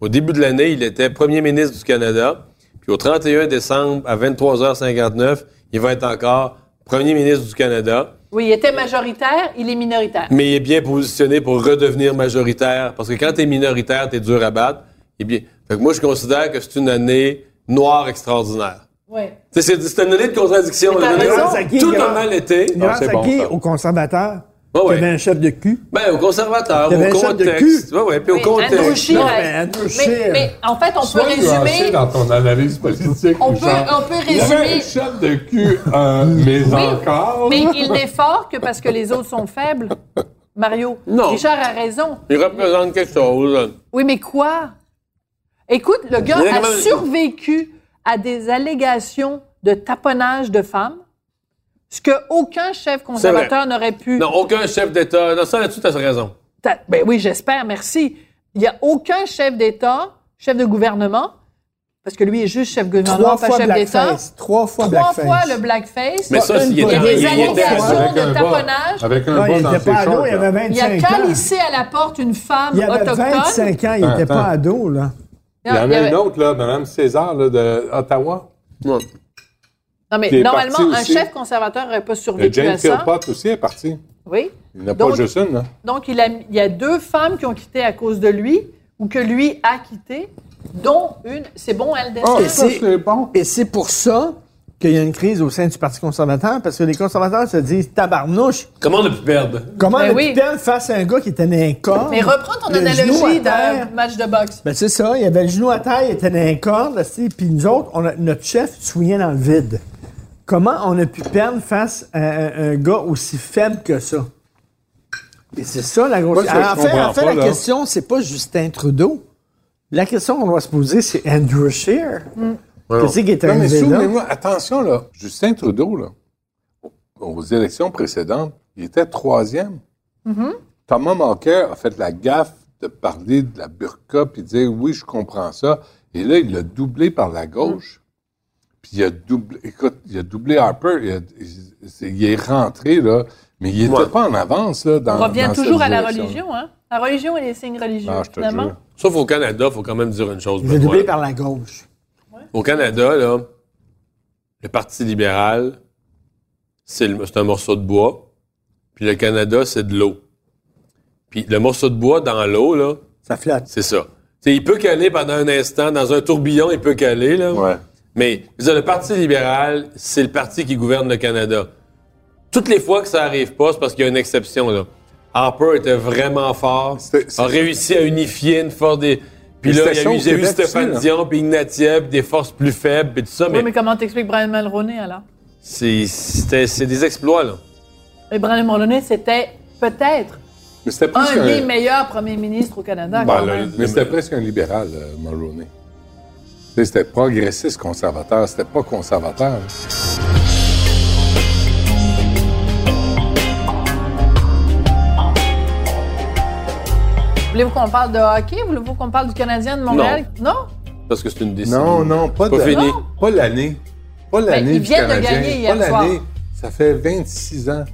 au début de l'année, il était premier ministre du Canada. Puis au 31 décembre, à 23h59, il va être encore premier ministre du Canada.
Oui, il était majoritaire, il est minoritaire.
Mais il est bien positionné pour redevenir majoritaire. Parce que quand t'es minoritaire, t'es dur à battre. Et bien, fait que moi, je considère que c'est une année noire extraordinaire.
Ouais.
Tu sais, C'est c'est une année de contradiction.
Mais t'as raison.
Tout a mal été.
Grâce
Ah, c'est
à
bon,
qui?
ça.
Aux conservateurs. Oh, ouais. T'avais un chef de cul.
Ben, au conservateur, au
un chef de cul.
contexte. Ouais, ouais, puis au
Oui, Andrew
contexte.
Scheer. mais, mais en fait, on peut
Sois
résumer.
nuancé
dans ton analyse politique.
On
Jean.
peut, on peut
Il y avait un
résumer.
chef de cul, euh, mais encore.
Mais il n'est fort que parce que les autres sont faibles. Mario.
Non.
Richard a raison.
Il représente quelque chose.
Oui, mais quoi? Écoute, le gars
Mais
a
comment-
survécu à des allégations de taponnage de femmes, ce que aucun chef conservateur
C'est vrai.
n'aurait pu.
Non, aucun chef d'État. Non, ça, là-dessus, t'as raison.
Ta- Ben oui, j'espère, merci. Il n'y a aucun chef d'État, chef de gouvernement, parce que lui est juste chef de gouvernement,
Trois
pas
fois
chef d'État.
blackface. Trois fois
Trois
blackface.
fois le blackface.
Mais ça, s'il
il y a
était-
des
il était
allégations
avec un
de
bas-
taponnage.
avec un
Non,
bas
il
dans
était
ses
pas ado,
shorts,
il avait
là.
25
Il a
ans.
calissé à la porte une femme
Il avait
autochtone.
25 ans, il
Attends.
n'était pas ado, là.
Il y en
il y
a
avait-
une autre, là, Mme César, là, de Ottawa.
Non, mais
qui est
normalement,
parti
un
aussi.
chef conservateur n'aurait pas
Le
survécu
Jane
à ça.
Philpott aussi est parti.
Oui.
Il n'y en a
Donc-
pas juste une, là.
Donc, il, a- il y a deux femmes qui ont quitté à cause de lui ou que lui a quitté, dont une. C'est bon, elle
Ah,
et Oh, c'est et c'est pour ça qu'il y a une crise au sein du Parti conservateur, parce que les conservateurs se disent tabarnouche.
Comment on a pu perdre?
Comment
Ben
le
oui.
père face à un gars qui était dans un corps?
Mais reprends ton
le genou
analogie
à terre.
d'un match de boxe.
Ben c'est ça, il avait le genou à terre, il était dans un corps, là, c'est- puis nous autres, on a- notre chef souillait dans le vide. Comment on a pu perdre face à un, un gars aussi faible que ça? Et c'est ça la grosse...
Moi, ça, je
en fait, en
comprends
fait
pas,
la
là.
question, c'est pas Justin Trudeau. La question qu'on doit se poser, c'est Andrew Scheer.
Mm.
Qu'est-ce qui est
Non, mais
arrivé là?
souvenez-moi, attention, là. Justin Trudeau, là, aux élections précédentes, il était troisième.
Mm-hmm.
Thomas Mulcair a fait la gaffe de parler de la burqa puis de dire oui, je comprends ça. Et là, il l'a doublé par la
Mm.
gauche. Puis il a doublé, écoute, il a doublé Harper. Il, a- il- c'est- il est rentré, là, mais il n'était pas en avance, là, dans
On revient
dans cette
toujours à la
direction-là.
religion, hein? La religion et les signes religieux,
Non, Ah, je te
finalement.
jure.
Sauf au Canada, faut quand même dire une chose.
Il est
Benoît.
doublé par la gauche.
Au Canada, là, le Parti libéral, c'est le- c'est un morceau de bois. Puis le Canada, c'est de l'eau. Puis le morceau de bois dans l'eau, là,
Ça flotte.
c'est ça. Tu sais, il peut caler pendant un instant, dans un tourbillon, il peut caler, là. Mais je veux dire, le Parti libéral, c'est le parti qui gouverne le Canada. Toutes les fois que ça arrive pas, c'est parce qu'il y a une exception, là. Harper était vraiment fort, a réussi à unifier une force des... Puis
Mais
là,
c'était
il y
ça
a
au
eu, il y a eu
Québec aussi,
Stéphane
là.
Dion, puis Ignatieff, puis des forces plus faibles, puis tout ça,
Oui,
mais
mais comment t'expliques Brian Mulroney, alors?
c'est- c'était- c'est des exploits, là.
Et Brian Mulroney, c'était peut-être
Mais c'était plus
un
qu'un-
des meilleurs premiers ministres au Canada.
Ben,
quand
là,
même.
mais c'était presque un libéral, euh, Mulroney. Tu sais, C'était progressiste conservateur, c'était pas conservateur.
Voulez-vous qu'on parle de hockey? Voulez-vous qu'on parle du Canadien de Montréal? Non?
Parce que c'est une
Non,
décision.
non, pas,
Pas
de-
fini.
Pas l'année. Pas l'année
Ben, ils
du
viennent de
Canadien.
gagner hier
pas l'année.
soir.
Ça fait 26 ans.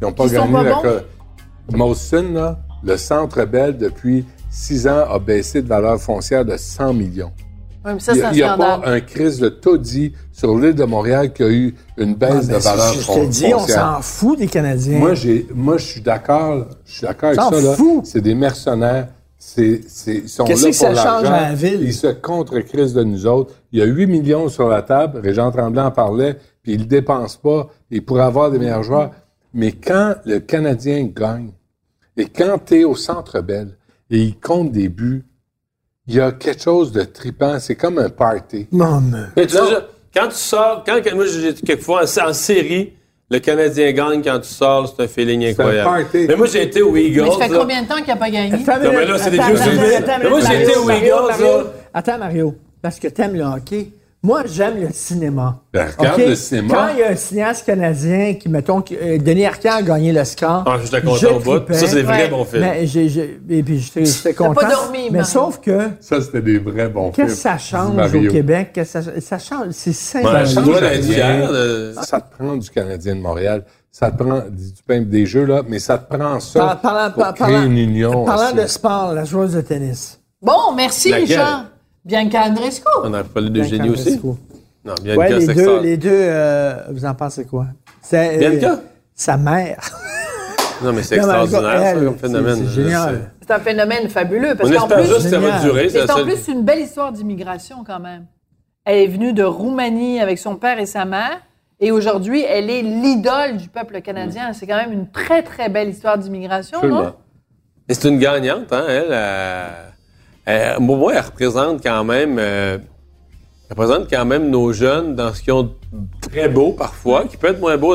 Ils n'ont pas
Ils sont
gagné
pas
la
bons?
Coupe. Molson, là, le centre Bell, depuis 6 ans, a baissé de valeur foncière de 100 millions.
Oui, mais ça,
Il y
c'est
a-
un
il n'y a pas
scandale.
un crise de taudis sur l'île de Montréal qui a eu une
Ah,
Ah,
ben,
baisse
ben,
de valeur
je te
fon-
dis, on
foncière.
s'en fout des Canadiens.
Moi, j'ai, moi, je suis d'accord. Je suis d'accord avec
S'en
ça. Là.
fout.
C'est des mercenaires. C'est, c'est, ils sont là
Qu'est-ce
pour
que ça change
l'argent.
à la ville?
Ils se contre-crisent de nous autres. Il y a 8 millions sur la table. Régent Tremblay en parlait. Puis ils ne le dépensent pas. Ils pourraient avoir des meilleurs joueurs. Mais quand le Canadien gagne et quand tu es au centre belle et il compte des buts, il y a quelque chose de tripant. C'est comme un party.
Non, mais...
Mais tu sais, je- quand tu sors, quand, quand- moi, j'ai quelquefois en, en série, le Canadien gagne quand tu sors, c'est un feeling incroyable.
party.
Mais moi, j'ai été aux Eagles.
Mais ça fait
là.
combien de temps qu'il n'a pas gagné?
Non, mais là, c'est des vieux souvenirs. Mais Moi, j'ai été aux Eagles, là.
Attends, Mario, parce que t'aimes le hockey. Moi, j'aime le cinéma.
Ben, regarde
OK?
le cinéma.
Quand il y a un cinéaste canadien qui, mettons, qui- euh, Denis Arcand a gagné le score.
Ah, j'étais content au bout.
tripais.
Ça, c'est des vrais Ouais. bons films.
Mais j'ai- j'ai- et puis, j'étais j'étais
T'as
content.
pas dormi,
Mais
Mario.
sauf que,
Ça, c'était des vrais bons
qu'est-ce que
films.
ça change
Euh, Mario.
au Québec? Qu'est-ce que ça, ça change, c'est simple.
Ouais, ça,
dois
ça
être
vient.
fier de-
Ah,
Ça te prend du Canadien de Montréal, ça te prend du du pain et des jeux, là, mais ça te prend ça
Par- parlant-
pour
par-
créer
parlant-
une union.
Parlant
aussi.
de sport, la joueuse de tennis.
Bon, merci,
Laquelle?
Richard. Bianca Andresco.
On a parlé de
Bianca
génie aussi.
Andreescu.
Non, bien
Ouais,
le
les
cas,
deux, les deux euh, vous en pensez quoi? C'est, euh,
Bianca?
Sa mère.
Non, mais c'est
Non, mais en tout cas,
extraordinaire, ça,
elle,
comme phénomène.
c'est- c'est
Je
génial.
sais.
C'est un phénomène fabuleux. Parce
On
qu'en
espère
plus,
juste que ça va
génial.
durer.
c'est
la
en
seule-
plus une belle histoire d'immigration quand même. Elle est venue de Roumanie avec son père et sa mère. Et aujourd'hui, elle est l'idole du peuple canadien. C'est quand même une très, très belle histoire d'immigration, non?
Mais hein. c'est une gagnante, hein, elle. euh, elle- au moins, elle représente quand même. euh, elle représente quand même nos jeunes dans ce qu'ils ont de très beau parfois, qui peut être moins beau.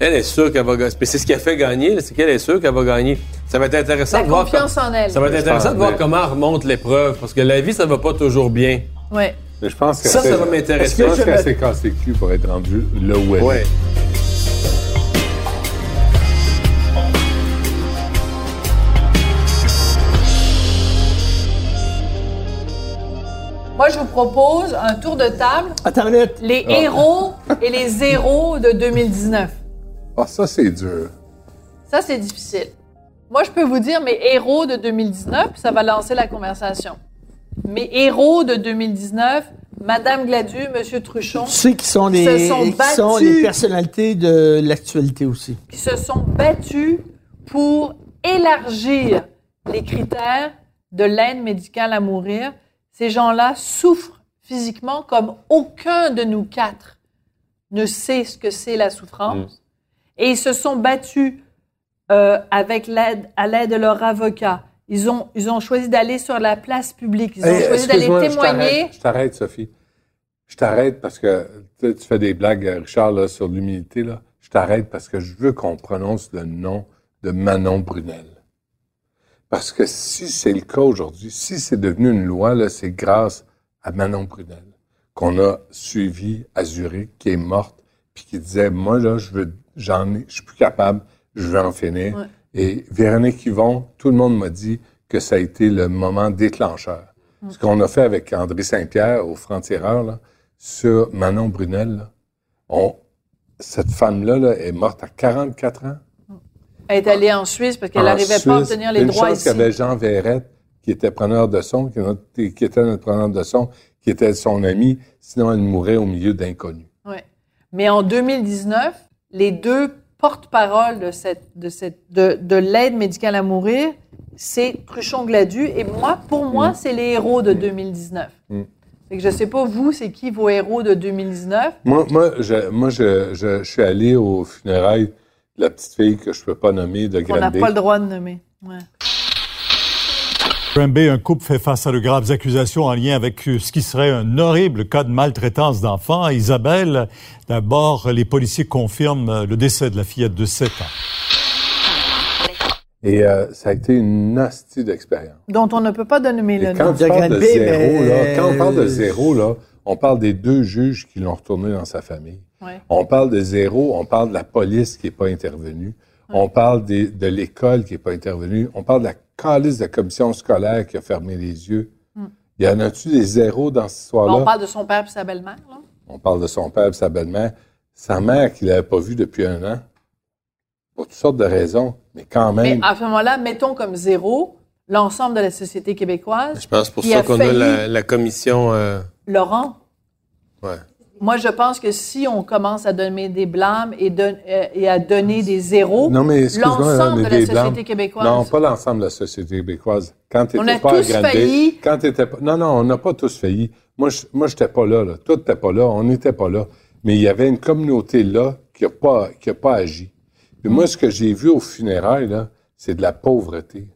Elle est sûre qu'elle va gagner. Mais c'est ce qui a fait gagner, là, c'est qu'elle est sûre qu'elle va gagner. Ça va être intéressant
La
de voir.
confiance en elle.
Ça va être intéressant de voir comment elle remonte l'épreuve, parce que la vie, ça va pas toujours bien.
Ouais.
Mais je pense que
Ça, ça va m'intéresser.
Je pense
Je
qu'elle
me-
s'est cassé le cul pour être rendue là où elle
Ouais.
est.
Moi, je vous propose un tour de table.
Attends une minute.
Les
Ah.
héros et les zéros de 2019.
Ah, ça, c'est dur.
Ça, c'est difficile. Moi, je peux vous dire mes héros de 2019, puis ça va lancer la conversation. Mes héros de 2019, Madame Gladu, Monsieur Truchon,
Tu sais qui sont
Ils se
les,
sont
qui sont
battus.
les personnalités de l'actualité aussi.
qui se sont battus pour élargir les critères de l'aide médicale à mourir. Ces gens-là souffrent physiquement comme aucun de nous quatre ne sait ce que c'est la souffrance. Et ils se sont battus euh, avec l'aide, à l'aide de leur avocat. Ils ont, ils ont choisi d'aller sur la place publique. Ils ont
Hey,
choisi d'aller
Eh, excuse-moi, je
témoigner.
t'arrête- Je t'arrête, Sophie. Je t'arrête parce que tu sais, tu fais des blagues, euh, Richard, là, sur l'humilité. là. Je t'arrête parce que je veux qu'on prononce le nom de Manon Brunel. Parce que si c'est le cas aujourd'hui, si c'est devenu une loi, là, c'est grâce à Manon Brunel qu'on a suivi à Zurich, qui est morte, puis qui disait Moi, là, je veux, j'en ai, je suis plus capable, je veux en finir.
Ouais.
Et Véronique Yvon, tout le monde m'a dit que ça a été le moment déclencheur.
Mm.
Ce qu'on a fait avec André Saint-Pierre au Franc-Tireur, là, sur Manon Brunel, là, on- cette femme-là là, est morte à 44 ans.
Elle est allée en Suisse parce qu'elle
En
n'arrivait pas à
Suisse.
obtenir les
une
droits
chance
ici.
qu'il y avait Jean Verrette, qui était preneur de son, qui, est notre- qui était notre preneur de son, qui était son ami, sinon elle mourrait au milieu d'inconnus.
Ouais. Mais en 2019, les deux porte-parole de, cette, de, cette, de, de l'aide médicale à mourir, c'est Truchon Gladu. Et moi, pour moi, c'est les héros de 2019.
Mm.
Fait que je ne sais pas, vous, c'est qui vos héros de 2019?
Moi, moi, je, moi je, je, je suis allé aux funérailles de la petite fille que je peux pas nommer de
On n'a
Granby.
pas le droit de nommer. Ouais.
Granby, un couple fait face à de graves accusations en lien avec euh, ce qui serait un horrible cas de maltraitance d'enfants. Isabelle, d'abord, les policiers confirment euh, le décès de la fillette de 7 ans.
Et euh, ça a été une hostie d'expérience.
Dont on ne peut pas de nommer le
Et quand
nom.
on parle de zéro, là, quand on parle de zéro, là, on parle des deux juges qui l'ont retourné dans sa famille.
Ouais.
On parle de zéro, on parle de la police qui n'est pas intervenue. On parle des- de l'école qui n'est pas intervenue. On parle de la calice de la commission scolaire qui a fermé les yeux.
Mm.
Il Y en a-tu des zéros dans cette
Bon,
histoire-là?
on parle de son père et sa belle-mère. là.
On parle de son père et de sa belle-mère. Sa mère qu'il l'avait pas vue depuis un an. Pour toutes sortes de raisons, mais quand même.
Mais à ce moment-là, mettons comme zéro l'ensemble de la société québécoise.
Je pense pour
qui
ça qu'on a
failli-
la, la commission. euh,
Laurent,
ouais.
Moi, je pense que si on commence à donner des blâmes et, don- euh, et à donner des zéros,
non, mais excuse-moi, là,
l'ensemble
mais
de la
des
société
blancs-
québécoise.
Non, pas l'ensemble de la société québécoise. Quand tu
On a
n'étais pas à
tous
Granby,
failli.
Quand t'étais pas, non, non, on n'a pas tous failli. Moi, je moi, j'étais pas là, là. Toi, t'étais pas là. On n'était pas là. Mais il y avait une communauté là qui n'a pas, qui a pas agi. Puis moi, ce que j'ai vu aux funérailles, là, c'est de la pauvreté.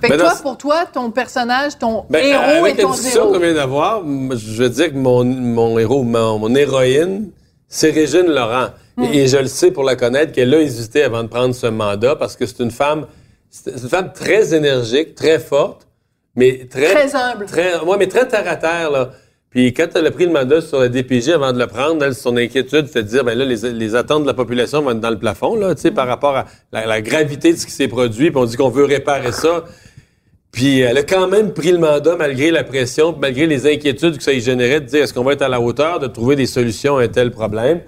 Fait que
Ben,
toi,
dans-
pour toi, ton personnage, ton
Ben,
héros est
avec la
ton
discussion
zéro.
qu'on vient d'avoir, m- je veux dire que mon, mon héros, mon, mon héroïne, c'est Régine Laurent.
Hmm.
Et, et je le sais pour la connaître qu'elle a hésité avant de prendre ce mandat parce que c'est une femme, c'est c'est une femme très énergique, très forte, mais très
Très humble.
Très, ouais, mais très terre à terre là. Puis quand elle a pris le mandat sur la DPJ avant de le prendre, elle, son inquiétude, c'était de dire, ben là, les, les attentes de la population vont être dans le plafond, là, tu sais, par rapport à la, la gravité de ce qui s'est produit, puis on dit qu'on veut réparer ça. Puis euh, elle a quand même pris le mandat malgré la pression, puis malgré les inquiétudes que ça y générait de dire est-ce qu'on va être à la hauteur de trouver des solutions à un tel problème.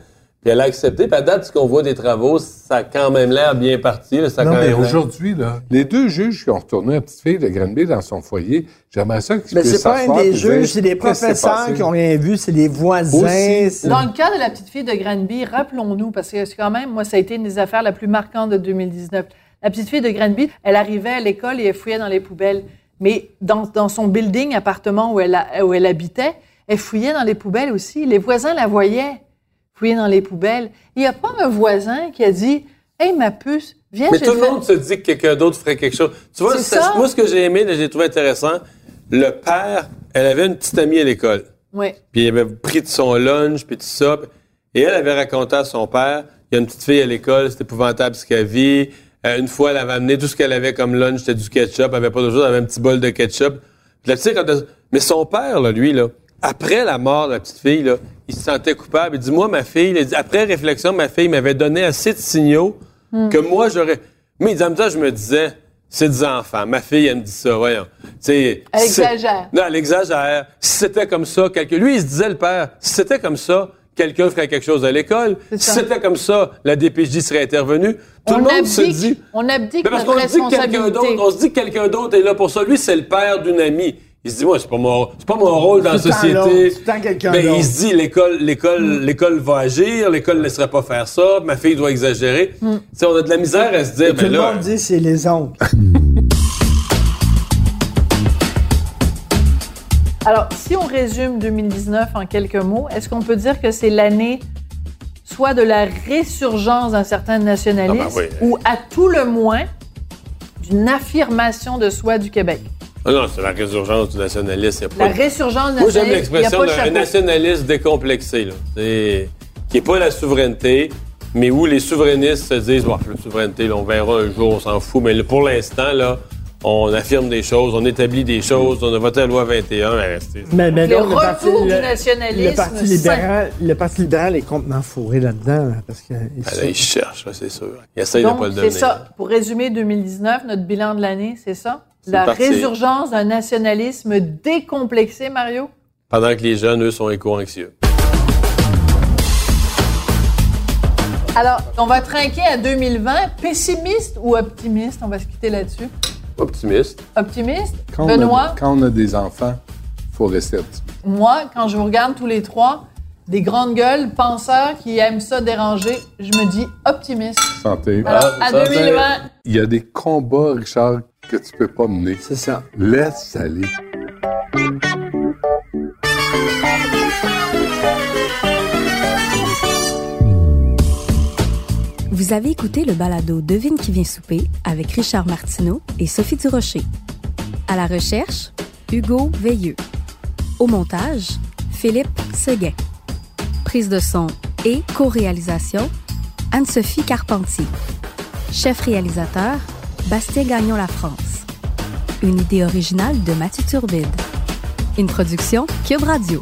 Puis elle a accepté. Puis à date, ce qu'on voit des travaux, ça a quand même l'air bien parti. là, ça a
Non,
quand
mais
même l'air-
aujourd'hui, là, Euh, les deux juges qui ont retourné la petite fille de Granby dans son foyer, j'aimerais ça qu'ils
Mais
puissent
c'est pas
s'asseoir
un des
puis dire,
juges, c'est des
Qu'est-ce qui s'est
professeurs
passé?
qui ont rien vu, c'est des voisins. c'est-
Dans le cas de la petite fille de Granby, rappelons-nous, parce que c'est quand même, moi, ça a été une des affaires la plus marquantes de 2019. La petite fille de Granby, elle arrivait à l'école et elle fouillait dans les poubelles. Mais dans, dans son building, appartement où elle, a- où elle habitait, elle fouillait dans les poubelles aussi. Les voisins la voyaient. fouiller dans les poubelles. Il n'y a pas un voisin qui a dit Hey, ma puce, viens
Mais
chez
tout le
Fred.
monde se dit que quelqu'un d'autre ferait quelque chose. Tu vois,
C'est
ça-
ça.
moi, ce que j'ai aimé, là, j'ai trouvé intéressant, le père, elle avait une petite amie à l'école.
Ouais.
Puis il avait pris de son lunch, puis tout ça. Et elle avait raconté à son père, il y a une petite fille à l'école, c'est épouvantable ce qu'elle vit. Euh, une fois, elle avait amené tout ce qu'elle avait comme lunch, c'était du ketchup, elle avait pas d'autre chose, elle avait un petit bol de ketchup. Puis la petite fille, quand elle- Mais son père, là, lui, là, après la mort de la petite fille, là, il se sentait coupable. Il dit, moi, ma fille, il dit, après réflexion, ma fille m'avait donné assez de signaux
Hmm.
que moi, j'aurais... Mais il dit, en même temps, je me disais, c'est des enfants. Ma fille, elle me dit ça, voyons. Tu sais,
Elle
c'est-
exagère.
non, elle exagère. Si c'était comme ça, quelqu'un. Lui, il se disait le père. Si c'était comme ça, quelqu'un ferait quelque chose à l'école.
C'est
Si
ça.
c'était comme ça, la DPJ serait intervenue. Tout
on
le monde
abdique,
se dit.
on abdique
Mais parce
notre
qu'on se dit que quelqu'un
responsabilité.
d'autre, on se dit que quelqu'un d'autre est là pour ça. Lui, c'est le père d'une amie. Il se dit, moi, c'est pas mon, c'est pas mon rôle dans la
Tu tends l'autre,
société.
tu tends quelqu'un
Mais
d'autre. Hmm.
il se dit, l'école, l'école, l'école va agir, l'école ne laisserait pas faire ça, ma fille doit exagérer. Tu sais, on a de la misère à se dire,
Hmm. Tout
mais
le
là.
monde dit c'est les oncles.
[LAUGHS]
Alors, si on résume 2019 en quelques mots, est-ce qu'on peut dire que c'est l'année soit de la résurgence d'un certain nationalisme
Ah ben oui.
ou à tout le moins d'une affirmation de soi du Québec?
Ah non, c'est la résurgence du nationaliste. y a pas
La
de-
résurgence
Moi,
nationaliste,
j'aime
il n'y a
l'expression
pas de
d'un
chapeau.
nationaliste décomplexé, là. C'est- qui n'est pas la souveraineté, mais où les souverainistes se disent, bon, la souveraineté, là, on verra un jour, on s'en fout. Mais là, pour l'instant, là, on affirme des choses, on établit des choses, on a voté la loi 21, elle est restée.
Mais, mais
Le
là, le parti,
retour du
le-
nationalisme
le parti libéral, le Parti libéral est complètement fourré là-dedans, là, parce que ils
Ah,
sont-
là, ils cherchent, là, c'est sûr. Ils essayent de ne
Donc,
pas le donner.
c'est ça. Pour résumer 2019, notre bilan de l'année, c'est ça? La
parti.
résurgence d'un nationalisme décomplexé, Mario?
Pendant que les jeunes, eux, sont éco-anxieux.
Alors, on va trinquer à 2020. Pessimiste ou optimiste? On va se quitter là-dessus.
Optimiste.
Optimiste?
Quand, on
Benoît?
a, quand on a des enfants, faut rester optimiste.
Moi, quand je vous regarde tous les trois, des grandes gueules, penseurs qui aiment ça déranger, je me dis optimiste.
Santé.
Alors, à 2020.
Il y a des combats, Richard, que tu peux pas mener. C'est
ça.
Laisse aller.
Vous avez écouté le balado Devine qui vient souper avec Richard Martineau et Sophie Durocher. À la recherche, Hugo Veilleux. Au montage, Philippe Seguin. Prise de son et co-réalisation, Anne-Sophie Carpentier. Chef réalisateur, Bastien Gagnon La France. Une idée originale de Mathieu Turbide. Une production Cube Radio.